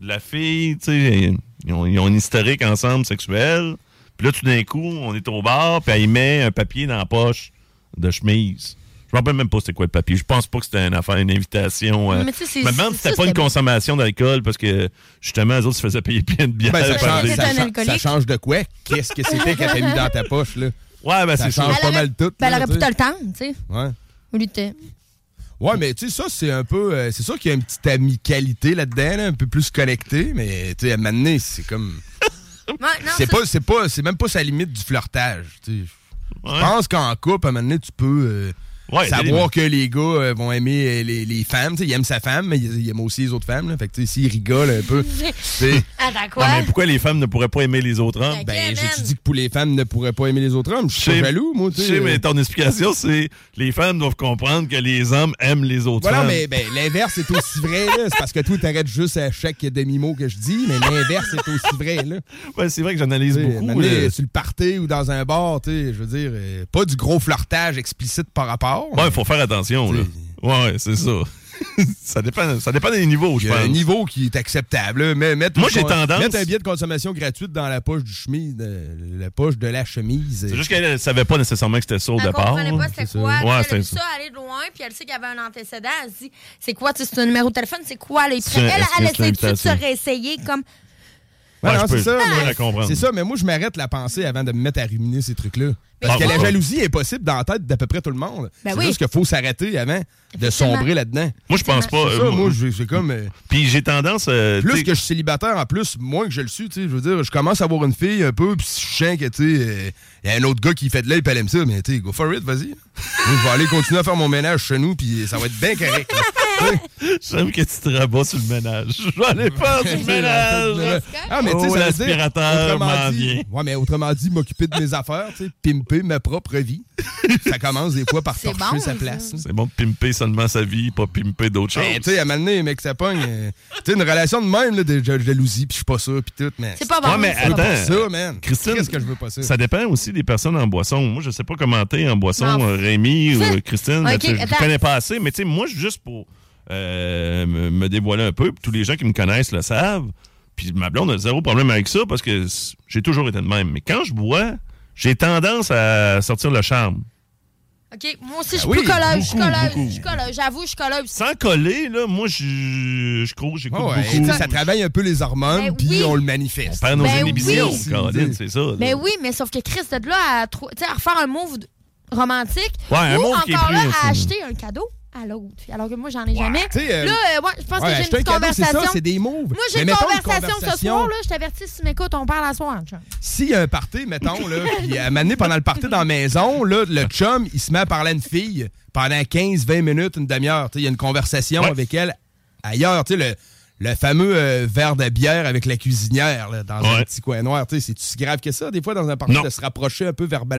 Speaker 3: la fille, tu sais, ils ont, ils ont un historique ensemble sexuel. Puis là, tout d'un coup, on est au bar, puis elle y met un papier dans la poche de chemise. Je me rappelle même pas c'était quoi le papier. Je pense pas que c'était une affaire, une invitation. euh.
Speaker 5: Mais tu sais, c'est-
Speaker 3: je me demande
Speaker 5: c'est
Speaker 3: si c'était
Speaker 5: ça,
Speaker 3: pas une
Speaker 5: c'était-
Speaker 3: consommation d'alcool parce que justement, eux autres se faisaient payer plein de bières.
Speaker 6: ben, ça,
Speaker 3: par
Speaker 6: change,
Speaker 3: des-
Speaker 5: c'est
Speaker 6: ça
Speaker 5: un
Speaker 6: cha-
Speaker 5: alcoolique.
Speaker 6: ça change de quoi? Qu'est-ce que c'était qu'elle t'a mis dans ta poche, là?
Speaker 3: Ouais, ben
Speaker 6: Ça
Speaker 3: c'est ça.
Speaker 6: change pas mal tout.
Speaker 5: Ben, elle
Speaker 6: là,
Speaker 5: aurait pu
Speaker 6: tu
Speaker 5: te
Speaker 6: sais.
Speaker 5: le tendre, tu sais.
Speaker 6: Ouais.
Speaker 5: Au lieu de te-
Speaker 6: Ouais, mais tu sais, ça, c'est un peu. euh, c'est sûr qu'il y a une petite amicalité là-dedans, là, un peu plus connectée, mais tu sais, à un moment donné, c'est comme.
Speaker 5: Ouais, non,
Speaker 6: C'est
Speaker 5: Ah, ça-
Speaker 6: pas, c'est pas, c'est même pas sa limite du flirtage. tu sais. Je pense qu'en couple, à un moment donné, tu peux euh,
Speaker 3: Ouais,
Speaker 6: savoir que les gars euh, vont aimer euh, les, les femmes. tu sais, Ils aiment sa femme, mais ils, ils aiment aussi les autres femmes. Là. Fait que tu sais, s'ils rigolent un peu, tu sais,
Speaker 3: Non,
Speaker 5: Attends, quoi?
Speaker 3: mais pourquoi les femmes ne pourraient pas aimer les autres hommes?
Speaker 5: Ok,
Speaker 6: ben,
Speaker 5: man.
Speaker 6: j'ai dit que pour les femmes ne pourraient pas aimer les autres hommes. Je
Speaker 3: Je
Speaker 6: suis
Speaker 3: sais-
Speaker 6: pas jaloux, moi. tu
Speaker 3: Je
Speaker 6: sais.
Speaker 3: sais, mais ton explication, c'est les femmes doivent comprendre que les hommes aiment les autres
Speaker 6: Voilà,
Speaker 3: femmes.
Speaker 6: mais ben, l'inverse est aussi vrai. là. C'est parce que toi, t'arrêtes juste à chaque demi-mot que je dis, mais l'inverse est aussi vrai. Là.
Speaker 3: Ouais, <laughs> c'est vrai que j'analyse
Speaker 6: Tu sais,
Speaker 3: beaucoup. euh.
Speaker 6: m'amener,
Speaker 3: là.
Speaker 6: sur le party ou dans un bar, tu sais, je veux dire, euh, pas du gros flirtage explicite par rapport.
Speaker 3: Ouais, faut faire attention. Là. Ouais, ouais, c'est ça. <laughs> ça, dépend, ça dépend des niveaux,
Speaker 6: Il
Speaker 3: je
Speaker 6: y a un
Speaker 3: pense.
Speaker 6: niveau qui est acceptable. là. Mais mettre
Speaker 3: Moi,
Speaker 6: une
Speaker 3: j'ai
Speaker 6: con-
Speaker 3: tendance-
Speaker 6: Mettre un billet de consommation gratuite dans la poche du chemise, euh, la poche de la chemise.
Speaker 3: C'est juste qu'elle ne savait pas nécessairement que c'était ça au
Speaker 5: Elle
Speaker 3: départ.
Speaker 5: comprenait pas c'était
Speaker 6: c'est
Speaker 5: quoi.
Speaker 3: ça.
Speaker 5: Là,
Speaker 3: Ouais,
Speaker 5: elle a vu
Speaker 3: c'est
Speaker 5: ça aller de loin, puis elle sait qu'il y avait un antécédent. Elle se dit, c'est quoi, tu sais, c'est un numéro de téléphone, c'est quoi? Là, il
Speaker 3: C'est
Speaker 5: prend-
Speaker 3: un-
Speaker 5: elle,
Speaker 3: est-ce que
Speaker 5: elle
Speaker 3: c'est une
Speaker 5: essaie de se
Speaker 3: invitation?
Speaker 5: réessayer comme...
Speaker 6: Ouais,
Speaker 3: Ouais,
Speaker 6: non,
Speaker 3: je peux-
Speaker 6: c'est ça.
Speaker 3: je peux
Speaker 6: mais-
Speaker 3: la comprendre.
Speaker 6: C'est ça, mais moi, je m'arrête la pensée avant de me mettre à ruminer ces trucs-là. Parce
Speaker 3: Ah,
Speaker 6: que la
Speaker 3: ouais.
Speaker 6: jalousie est possible dans la tête d'à peu près tout le monde.
Speaker 5: Ben
Speaker 6: c'est
Speaker 5: oui.
Speaker 6: juste qu'il faut s'arrêter avant de sombrer là-dedans.
Speaker 3: Moi, je pense pas.
Speaker 6: Ça,
Speaker 3: euh,
Speaker 6: moi, je- c'est comme. euh,
Speaker 3: Puis j'ai tendance. euh,
Speaker 6: plus
Speaker 3: t'sais-
Speaker 6: que je suis célibataire, en plus, moins que je le suis, tu sais, je veux dire, je commence à avoir une fille un peu, puis je sens que, tu sais, il y a un autre gars qui fait de l'œil, puis elle aime ça, mais tu sais, go for
Speaker 3: <laughs>
Speaker 6: it, vas-y. Moi, je vais aller continuer à faire mon ménage chez nous, puis ça va être bien correct. là.
Speaker 3: J'aime que tu te rabats sur le ménage. <laughs> Je vais aller faire du <laughs> ménage.
Speaker 6: ah, mais tu sais,
Speaker 3: Oh,
Speaker 6: ça veut dire,
Speaker 3: l'aspirateur
Speaker 6: autrement
Speaker 3: m'en
Speaker 6: dit, ouais, mais autrement dit, m'occuper de mes affaires, tu sais, pimper ma propre vie. Ça commence des fois par
Speaker 5: C'est
Speaker 6: torcher
Speaker 5: bon,
Speaker 6: sa
Speaker 5: ça.
Speaker 6: place.
Speaker 3: C'est bon de pimper seulement sa vie, pas pimper d'autres choses.
Speaker 6: Hey, Ah, tu sais, à un moment donné, mec, ça pogne. euh, tu sais, une relation de même, là, de ja- jalousie, puis je suis pas sûr, puis tout, mais.
Speaker 5: C'est pas bon.
Speaker 3: Ouais, mais
Speaker 5: c'est pas bon.
Speaker 3: attends.
Speaker 6: Ça, man.
Speaker 3: Hein. Christine,
Speaker 6: Qu'est-ce que je veux pas ça?
Speaker 3: Ça dépend aussi des personnes en boisson. Moi, je sais pas commenter en boisson,
Speaker 5: Non.
Speaker 3: euh, Rémi ou
Speaker 5: Ça-
Speaker 3: euh, Christine.
Speaker 5: Ok,
Speaker 3: là, tu- je
Speaker 5: attends.
Speaker 3: connais pas assez, mais tu sais, moi, juste pour euh, me me dévoiler un peu, puis tous les gens qui me connaissent le savent. Puis ma blonde a zéro problème avec ça parce que c- j'ai toujours été de même. Mais quand je bois, j'ai tendance à sortir le charme.
Speaker 5: OK, moi aussi, je suis
Speaker 6: oui,
Speaker 5: plus colleuse. Je suis
Speaker 3: beaucoup,
Speaker 5: colleuse.
Speaker 3: beaucoup.
Speaker 5: Je suis colleuse. J'avoue, je suis colleuse.
Speaker 3: Sans coller, là, moi, je je crois, j'écoute
Speaker 6: Ouais, tu
Speaker 3: beaucoup.
Speaker 6: sais, ça travaille un peu les hormones,
Speaker 5: Ben
Speaker 6: puis
Speaker 5: oui.
Speaker 6: on le
Speaker 3: On
Speaker 6: manifeste.
Speaker 3: perd nos
Speaker 5: Ben
Speaker 3: inhibitions,
Speaker 5: oui.
Speaker 3: Caroline, c'est ça. là.
Speaker 5: Mais oui, mais sauf que Chris, de là à, trou- tu sais, à refaire un move d- romantique
Speaker 3: Ouais, un
Speaker 5: ou
Speaker 3: move qui est
Speaker 5: encore
Speaker 3: pris
Speaker 5: là
Speaker 3: aussi.
Speaker 5: à acheter un cadeau à l'autre. fille, Alors que moi, j'en ai jamais.
Speaker 6: Tu sais, euh,
Speaker 5: là, euh, ouais, je pense
Speaker 6: Ouais,
Speaker 5: que j'ai
Speaker 6: acheter
Speaker 5: une
Speaker 6: un
Speaker 5: petite
Speaker 6: cadeau, c'est ça,
Speaker 5: conversation.
Speaker 6: c'est des moves.
Speaker 5: Moi, j'ai
Speaker 6: Mais
Speaker 5: une
Speaker 6: mettons
Speaker 5: conversation, ce soir. Là, je t'avertis, si tu m'écoutes, on parle à soir. chum.
Speaker 6: S'il y a un party, mettons, là, <laughs> puis à un moment donné, pendant le party dans la maison, là, le chum, il se met à parler à une fille pendant 15, 20 minutes, une demi-heure. Tu sais, Il y a une conversation
Speaker 3: Ouais.
Speaker 6: avec elle ailleurs. Tu sais, le, le fameux euh, verre de bière avec la cuisinière là, dans un
Speaker 3: Ouais.
Speaker 6: petit coin noir. Tu sais, C'est-tu si grave que ça, des fois, dans un party,
Speaker 3: Non.
Speaker 6: de se rapprocher un peu verbalement?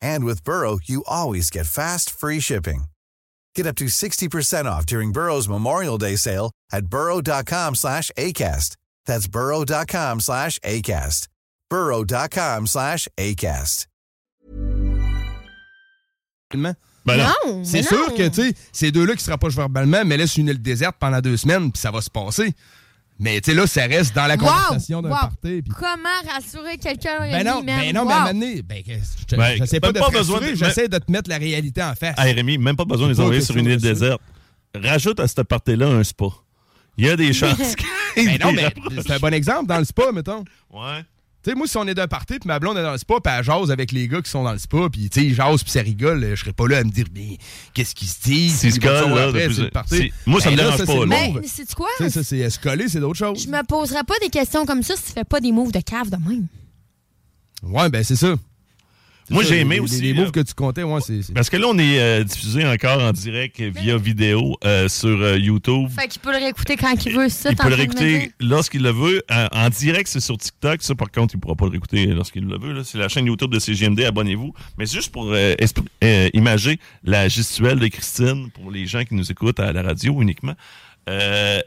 Speaker 7: And with Burrow, you always get fast, free shipping. Get up to 60% off during Burrow's Memorial Day sale at burrow.com slash ACAST. That's burrow.com slash ACAST. burrow.com slash ACAST.
Speaker 3: Ben non.
Speaker 5: Non,
Speaker 6: C'est
Speaker 5: mais
Speaker 6: sûr
Speaker 5: non.
Speaker 6: que, tu sais, ces deux-là qui se rapprochent verbalement, mais laissent une île déserte pendant deux semaines, puis ça va se passer. Mais, tu sais, là, ça reste dans la
Speaker 5: Wow!
Speaker 6: conversation d'un
Speaker 5: Wow!
Speaker 6: party. puis-
Speaker 5: Comment rassurer quelqu'un
Speaker 6: Ben non,
Speaker 5: lui-même?
Speaker 6: ben non, mais à
Speaker 5: Wow.
Speaker 6: un moment donné, ben, que- je te-
Speaker 3: Ben,
Speaker 6: j'essaie pas
Speaker 3: même
Speaker 6: de
Speaker 3: pas
Speaker 6: te
Speaker 3: besoin
Speaker 6: rassurer,
Speaker 3: de-
Speaker 6: j'essaie de te mettre la réalité en face.
Speaker 3: Hey Rémi, même pas besoin de les
Speaker 6: Pas
Speaker 3: envoyer
Speaker 6: question
Speaker 3: sur une
Speaker 6: de
Speaker 3: île
Speaker 6: ça.
Speaker 3: déserte. Rajoute à cette partie-là un spa. Il y a
Speaker 5: <laughs>
Speaker 3: des chances. qu'il
Speaker 6: Ben non,
Speaker 3: les
Speaker 6: mais
Speaker 3: rapproche.
Speaker 6: c'est un bon exemple dans le spa, mettons.
Speaker 3: Ouais.
Speaker 6: Tu sais, moi, si on est d'un party, puis ma blonde est dans le spa, puis elle jase avec les gars qui sont dans le spa, puis tu sais, ils jasent, puis ça rigole, euh, je serais pas là à me dire, mais qu'est-ce qu'ils se disent?
Speaker 3: S'ils se
Speaker 6: Puis bonne
Speaker 3: collent,
Speaker 6: soirée
Speaker 3: là,
Speaker 6: après,
Speaker 3: depuis-
Speaker 6: c'est le party.
Speaker 3: c'est- moi, ça me
Speaker 6: Ben là,
Speaker 3: dérange
Speaker 6: c'est
Speaker 3: pas,
Speaker 6: le
Speaker 3: là.
Speaker 5: Ben,
Speaker 6: move. Tu
Speaker 5: c'est quoi?
Speaker 6: sais, ça, c'est se coller, c'est d'autres choses.
Speaker 5: Je me poserais pas des questions comme ça si tu fais pas des moves de cave de même.
Speaker 6: Ouais, ben c'est ça.
Speaker 3: Moi,
Speaker 6: ça,
Speaker 3: j'ai aimé
Speaker 6: les-
Speaker 3: aussi,
Speaker 6: Les, les moves
Speaker 3: euh,
Speaker 6: que tu comptais, ouais, c'est. c'est-
Speaker 3: Parce que là, on est euh, diffusé encore en direct euh, via vidéo euh, sur euh, YouTube.
Speaker 5: Fait qu'il peut le réécouter quand il veut, ça,
Speaker 3: Il
Speaker 5: t'es
Speaker 3: peut le
Speaker 5: en train de me dire?
Speaker 3: réécouter lorsqu'il le veut. En, en direct, c'est sur TikTok. Ça, par contre, il ne pourra pas le réécouter lorsqu'il le veut. là. C'est la chaîne YouTube de CGMD. Abonnez-vous. Mais c'est juste pour euh, espr- euh, imager la gestuelle de Christine pour les gens qui nous écoutent à la radio uniquement. Euh,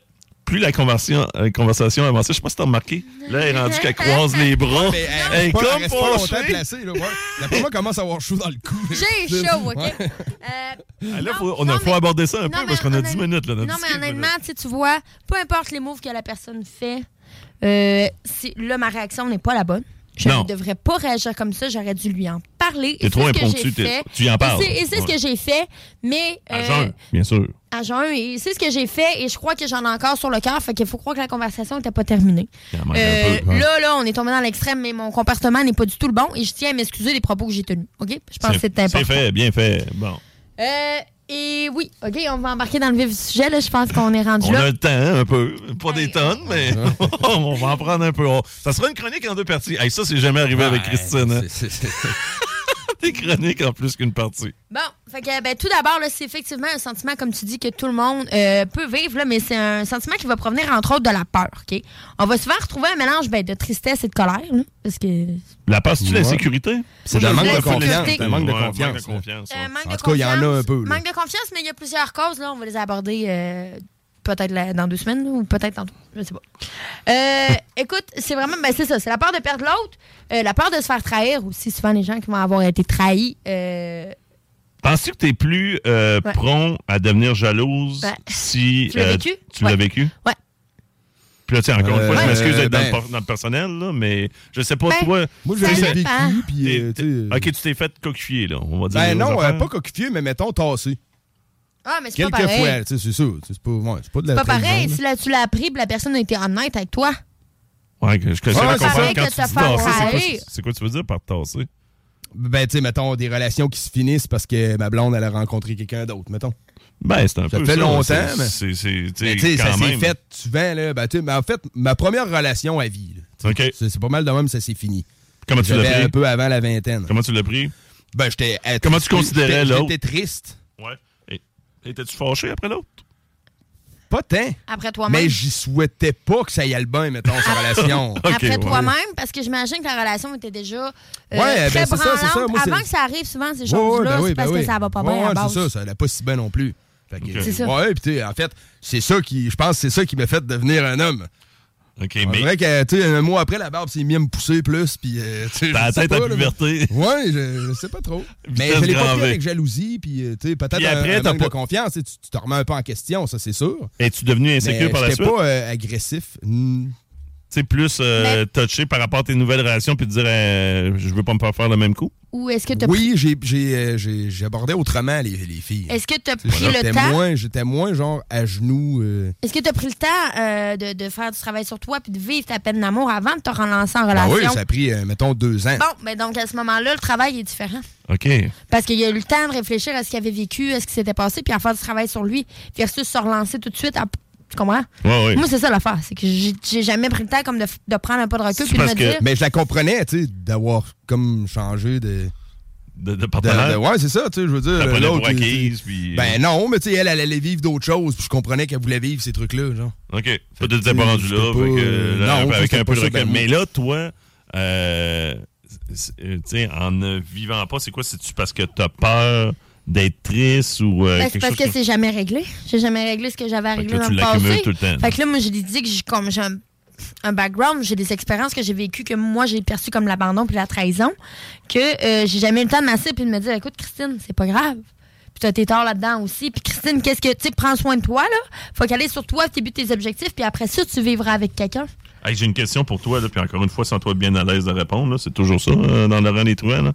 Speaker 3: plus la conversation, euh, conversation avançait, je sais pas si t'as remarqué, là, elle est rendue qu'elle croise
Speaker 5: <laughs>
Speaker 3: les bras.
Speaker 6: Mais, euh,
Speaker 3: Elle est
Speaker 6: pas-
Speaker 3: comme
Speaker 6: reste pas longtemps
Speaker 3: penchée.
Speaker 6: placée, là, ouais. D'après moi, elle commence à avoir chaud dans le cou.
Speaker 5: J'ai chaud, OK?
Speaker 6: Ouais.
Speaker 5: Euh,
Speaker 3: Ah, là,
Speaker 5: non,
Speaker 3: faut- on
Speaker 5: non,
Speaker 3: a, faut
Speaker 5: mais-
Speaker 3: aborder ça un
Speaker 5: non,
Speaker 3: peu
Speaker 5: mais
Speaker 3: parce qu'on a
Speaker 5: honnête-
Speaker 3: 10 minutes. Là, notre
Speaker 5: Non, mais
Speaker 3: discussion, là.
Speaker 5: honnêtement, tu sais, tu vois, peu importe les moves que la personne fait, euh, c'est- là, ma réaction n'est pas la bonne. Je
Speaker 3: Non.
Speaker 5: ne devrais pas réagir comme ça. J'aurais dû lui en parler.
Speaker 3: T'es
Speaker 5: Et
Speaker 3: trop
Speaker 5: c'est ce que
Speaker 3: impromptu,
Speaker 5: j'ai
Speaker 3: t'es-
Speaker 5: fait.
Speaker 3: tu y en
Speaker 5: Et
Speaker 3: parles.
Speaker 5: c'est- Et c'est ce
Speaker 3: Ouais.
Speaker 5: que j'ai fait, mais...
Speaker 3: À
Speaker 5: euh,
Speaker 3: jeun, bien sûr.
Speaker 5: à jeun, et c'est ce que j'ai fait, et je crois que j'en ai encore sur le cœur, fait qu'il faut croire que la conversation n'était pas terminée.
Speaker 3: Il en manque
Speaker 5: Euh,
Speaker 3: un peu.
Speaker 5: Là, là, on est tombé dans l'extrême, mais mon comportement n'est pas du tout le bon, et je tiens à m'excuser des propos que j'ai tenus, OK? Je pense que c'est important.
Speaker 3: C'est fait, bien fait. Bon.
Speaker 5: Euh, et oui, OK, on va embarquer dans le vif du sujet, là, je pense qu'on est rendu
Speaker 3: On
Speaker 5: là.
Speaker 3: a le temps, hein, un peu. Pas des tonnes,
Speaker 5: <laughs>
Speaker 3: mais <laughs> on va en prendre un peu. On- Ça sera une chronique en deux parties. Hey, ça, c'est jamais arrivé avec Christine. hein. <laughs> Des chroniques en plus qu'une partie.
Speaker 5: Bon, fait que, ben, tout d'abord, là, c'est effectivement un sentiment, comme tu dis, que tout le monde euh, peut vivre, là, mais c'est un sentiment qui va provenir, entre autres, de la peur. ok? On va souvent retrouver un mélange ben, de tristesse et de colère, là, parce que
Speaker 3: La passe-tu de
Speaker 6: Ouais.
Speaker 3: l'insécurité?
Speaker 6: C'est de la manque de
Speaker 5: L'insécurité.
Speaker 6: confiance. C'est un manque de
Speaker 3: Ouais, manque de
Speaker 6: confiance.
Speaker 3: confiance.
Speaker 5: Euh, manque
Speaker 6: En
Speaker 5: de
Speaker 6: tout cas, il y en a
Speaker 5: confiance.
Speaker 6: un peu, là.
Speaker 5: Manque de confiance, mais il y a plusieurs causes. Là, on va les aborder euh, peut-être la- dans deux semaines là, ou peut-être tantôt. Je sais pas.
Speaker 6: <laughs>
Speaker 5: Euh, écoute, c'est vraiment. Ben, c'est ça. C'est la peur de perdre l'autre, euh, la peur de se faire trahir aussi. Souvent, les gens qui vont avoir été trahis. euh,
Speaker 3: Penses-tu que t'es plus euh,
Speaker 5: Ouais.
Speaker 3: prompt à devenir jalouse
Speaker 5: Ouais.
Speaker 3: si euh,
Speaker 5: Tu l'as vécu?
Speaker 3: tu l'as
Speaker 5: Ouais.
Speaker 3: vécu?
Speaker 5: Ouais.
Speaker 6: Ah,
Speaker 3: Puis là, tu sais, encore une
Speaker 6: Euh,
Speaker 3: fois, je
Speaker 6: ouais.
Speaker 3: m'excuse d'être
Speaker 6: Euh,
Speaker 3: dans, le
Speaker 6: ben-
Speaker 3: por- dans le personnel, là, mais je sais pas,
Speaker 5: Ben,
Speaker 3: toi.
Speaker 6: Moi,
Speaker 5: Ça
Speaker 6: j'ai jamais vécu,
Speaker 5: dépend.
Speaker 6: puis. euh,
Speaker 3: t'es-
Speaker 6: tu sais,
Speaker 3: ok, tu t'es fait coquiller, là. On va dire. les
Speaker 6: Ben non,
Speaker 3: affaires.
Speaker 6: euh, pas coquifié, mais mettons tassé.
Speaker 5: Ah, mais c'est pas
Speaker 6: Quelques
Speaker 5: pareil.
Speaker 6: fois, tu sais, c'est sûr. C'est pas, ouais, c'est pas de la
Speaker 5: C'est pas
Speaker 6: trahison,
Speaker 5: pareil.
Speaker 6: là.
Speaker 5: Si là, tu l'as appris, puis la personne a été honnête avec toi.
Speaker 3: Ouais, que je que
Speaker 6: Ouais,
Speaker 3: c'est la
Speaker 6: ouais, c'est
Speaker 3: comprendre
Speaker 6: pareil
Speaker 3: quand
Speaker 5: que
Speaker 3: tu
Speaker 5: te
Speaker 3: dis
Speaker 5: faire
Speaker 3: tasser, c'est quoi-
Speaker 5: trahir.
Speaker 3: C'est quoi tu veux dire par tasser?
Speaker 6: Ben, tu sais, mettons des relations qui se finissent parce que ma blonde, elle a rencontré quelqu'un d'autre, mettons.
Speaker 3: Ben, c'est un
Speaker 6: Ça
Speaker 3: peu
Speaker 6: fait longtemps,
Speaker 3: c'est-
Speaker 6: mais-
Speaker 3: C'est, c'est,
Speaker 6: Mais
Speaker 3: tu
Speaker 6: tu sais,
Speaker 3: sais,
Speaker 6: ça
Speaker 3: quand
Speaker 6: s'est
Speaker 3: même.
Speaker 6: fait souvent, là. Ben, tu sais, mais en fait, ma première relation à vie, là, tu sais,
Speaker 3: OK.
Speaker 6: c'est c'est pas mal de même, ça s'est fini.
Speaker 3: Comment tu
Speaker 6: J'avais
Speaker 3: l'as
Speaker 6: un
Speaker 3: pris?
Speaker 6: peu avant la vingtaine.
Speaker 3: Comment tu l'as pris?
Speaker 6: Ben, j'étais. euh,
Speaker 3: Comment tu
Speaker 6: j'étais-
Speaker 3: considérais
Speaker 6: j'étais-
Speaker 3: l'autre?
Speaker 6: J'étais triste.
Speaker 3: Ouais. Et, et t'es-tu fâché après l'autre?
Speaker 6: Pas tant.
Speaker 5: Après toi-même. Ah.
Speaker 6: Mais j'y souhaitais pas que ça y aille bien, mettons,
Speaker 5: <laughs>
Speaker 6: sa relation.
Speaker 3: Ok,
Speaker 5: après
Speaker 3: ouais.
Speaker 5: toi-même, parce que j'imagine que la relation était déjà euh,
Speaker 6: Ouais,
Speaker 5: très
Speaker 6: ben, c'est ça, c'est ça.
Speaker 5: branlante.
Speaker 6: Moi, c'est-
Speaker 5: Avant que ça arrive, souvent, ces
Speaker 6: Ouais, ouais,
Speaker 5: choses-là,
Speaker 6: ben oui,
Speaker 5: c'est
Speaker 6: ben
Speaker 5: parce
Speaker 6: oui.
Speaker 5: que ça va pas
Speaker 6: Ouais,
Speaker 5: bien à
Speaker 6: ouais,
Speaker 5: base.
Speaker 6: c'est ça, ça allait pas si bien non plus. Fait que,
Speaker 3: C'est
Speaker 5: ça.
Speaker 6: Ouais, puis tu sais, en fait, c'est ça qui, je pense, que c'est ça qui m'a fait devenir un homme.
Speaker 3: Ok,
Speaker 6: C'est
Speaker 3: mais
Speaker 6: vrai que, tu sais, un mois après, la barbe s'est mise à me pousser plus, puis. euh, tu sais, je
Speaker 3: t'as la
Speaker 6: sais
Speaker 3: tête à
Speaker 6: pas, là,
Speaker 3: puberté.
Speaker 6: mais- Ouais, je, je sais pas
Speaker 3: <laughs>
Speaker 6: trop. mais
Speaker 3: Vitesse
Speaker 6: je l'ai
Speaker 3: grand
Speaker 6: pas pris
Speaker 3: V.
Speaker 6: avec jalousie, puis euh, tu sais, peut-être
Speaker 3: Puis
Speaker 6: un,
Speaker 3: après,
Speaker 6: un
Speaker 3: t'as
Speaker 6: manque
Speaker 3: pas-
Speaker 6: de confiance, tu sais, tu tu te remets un peu en question, ça c'est sûr.
Speaker 3: Es-tu devenu insécure
Speaker 6: Mais
Speaker 3: par la
Speaker 6: j'étais
Speaker 3: suite?
Speaker 6: pas euh, agressif. Hmm.
Speaker 3: Tu sais, plus euh, touché par rapport à tes nouvelles relations puis te dire euh, je veux pas me faire faire le même coup?
Speaker 5: Ou est-ce que tu as
Speaker 6: Oui, j'ai- j'ai, euh, j'ai- j'abordais autrement les, les filles.
Speaker 5: Est-ce que tu as
Speaker 6: Tu sais,
Speaker 5: pris le
Speaker 6: j'étais
Speaker 5: temps?
Speaker 6: moins- J'étais moins, genre, à genoux. euh,
Speaker 5: Est-ce que tu as pris le temps euh, de, de faire du travail sur toi puis de vivre ta peine d'amour avant de te relancer en
Speaker 6: Ah
Speaker 5: relation?
Speaker 6: oui, ça a pris, euh, mettons, deux ans.
Speaker 5: Bon, ben donc à ce moment-là, le travail est différent.
Speaker 3: OK.
Speaker 5: Parce qu'il a eu le temps de réfléchir à ce qu'il avait vécu, à ce qui s'était passé, puis à faire du travail sur lui, versus se relancer tout de suite. à- Tu comprends?
Speaker 3: Ouais, ouais.
Speaker 5: Moi, c'est ça l'affaire. C'est que j'ai j'ai jamais pris le temps comme de, f- de prendre un pas de recul
Speaker 3: C'est
Speaker 5: puis de
Speaker 3: parce
Speaker 5: me
Speaker 3: que-
Speaker 5: dire.
Speaker 6: Mais je la comprenais, tu sais, d'avoir comme changé de.
Speaker 3: De, de
Speaker 6: de-
Speaker 3: partenaire.
Speaker 6: de- ouais, c'est ça, tu sais, je veux dire.
Speaker 3: Ah. T'as pris
Speaker 6: l'autre,
Speaker 3: pour
Speaker 6: il-
Speaker 3: acquise, puis... euh.
Speaker 6: Ben non, mais tu sais, elle, elle allait vivre d'autres choses, puis je comprenais qu'elle voulait vivre ces trucs-là, genre.
Speaker 3: OK. Toi, tu t'es pas rendu
Speaker 6: c'était
Speaker 3: là,
Speaker 6: pas,
Speaker 3: fait que,
Speaker 6: euh,
Speaker 3: là,
Speaker 6: non,
Speaker 3: avec
Speaker 6: c'était
Speaker 3: un peu de
Speaker 6: pas ça,
Speaker 3: recul.
Speaker 6: ben,
Speaker 3: Mais là, toi, euh, c'est- euh, tu sais, en ne vivant pas, c'est quoi? C'est-tu parce que t'as peur d'être triste ou euh,
Speaker 5: Ben, c'est
Speaker 3: quelque
Speaker 5: parce
Speaker 3: chose?
Speaker 5: que c'est jamais réglé. J'ai jamais réglé ce que j'avais à
Speaker 3: Fait que
Speaker 5: régler
Speaker 3: là,
Speaker 5: dans
Speaker 3: tu
Speaker 5: le
Speaker 3: l'accumules
Speaker 5: passé.
Speaker 3: tout le temps.
Speaker 5: Fait que là, moi, j'ai des- dit que j'ai comme j'ai un, un background, j'ai des expériences que j'ai vécues que moi j'ai perçues comme l'abandon puis la trahison, que euh, j'ai jamais eu le temps de m'asseoir puis de me dire, écoute Christine, c'est pas grave. Puis t'as tes torts là-dedans aussi. Puis Christine, qu'est-ce que tu sais, prends soin de toi là. Focalise sur toi, tes buts, tes objectifs, puis après ça, tu vivras avec quelqu'un.
Speaker 3: Hey, J'ai une question pour toi, là, puis encore une fois, sans toi bien à l'aise de répondre, là, c'est toujours ça euh, dans Laurent Les Truands, là.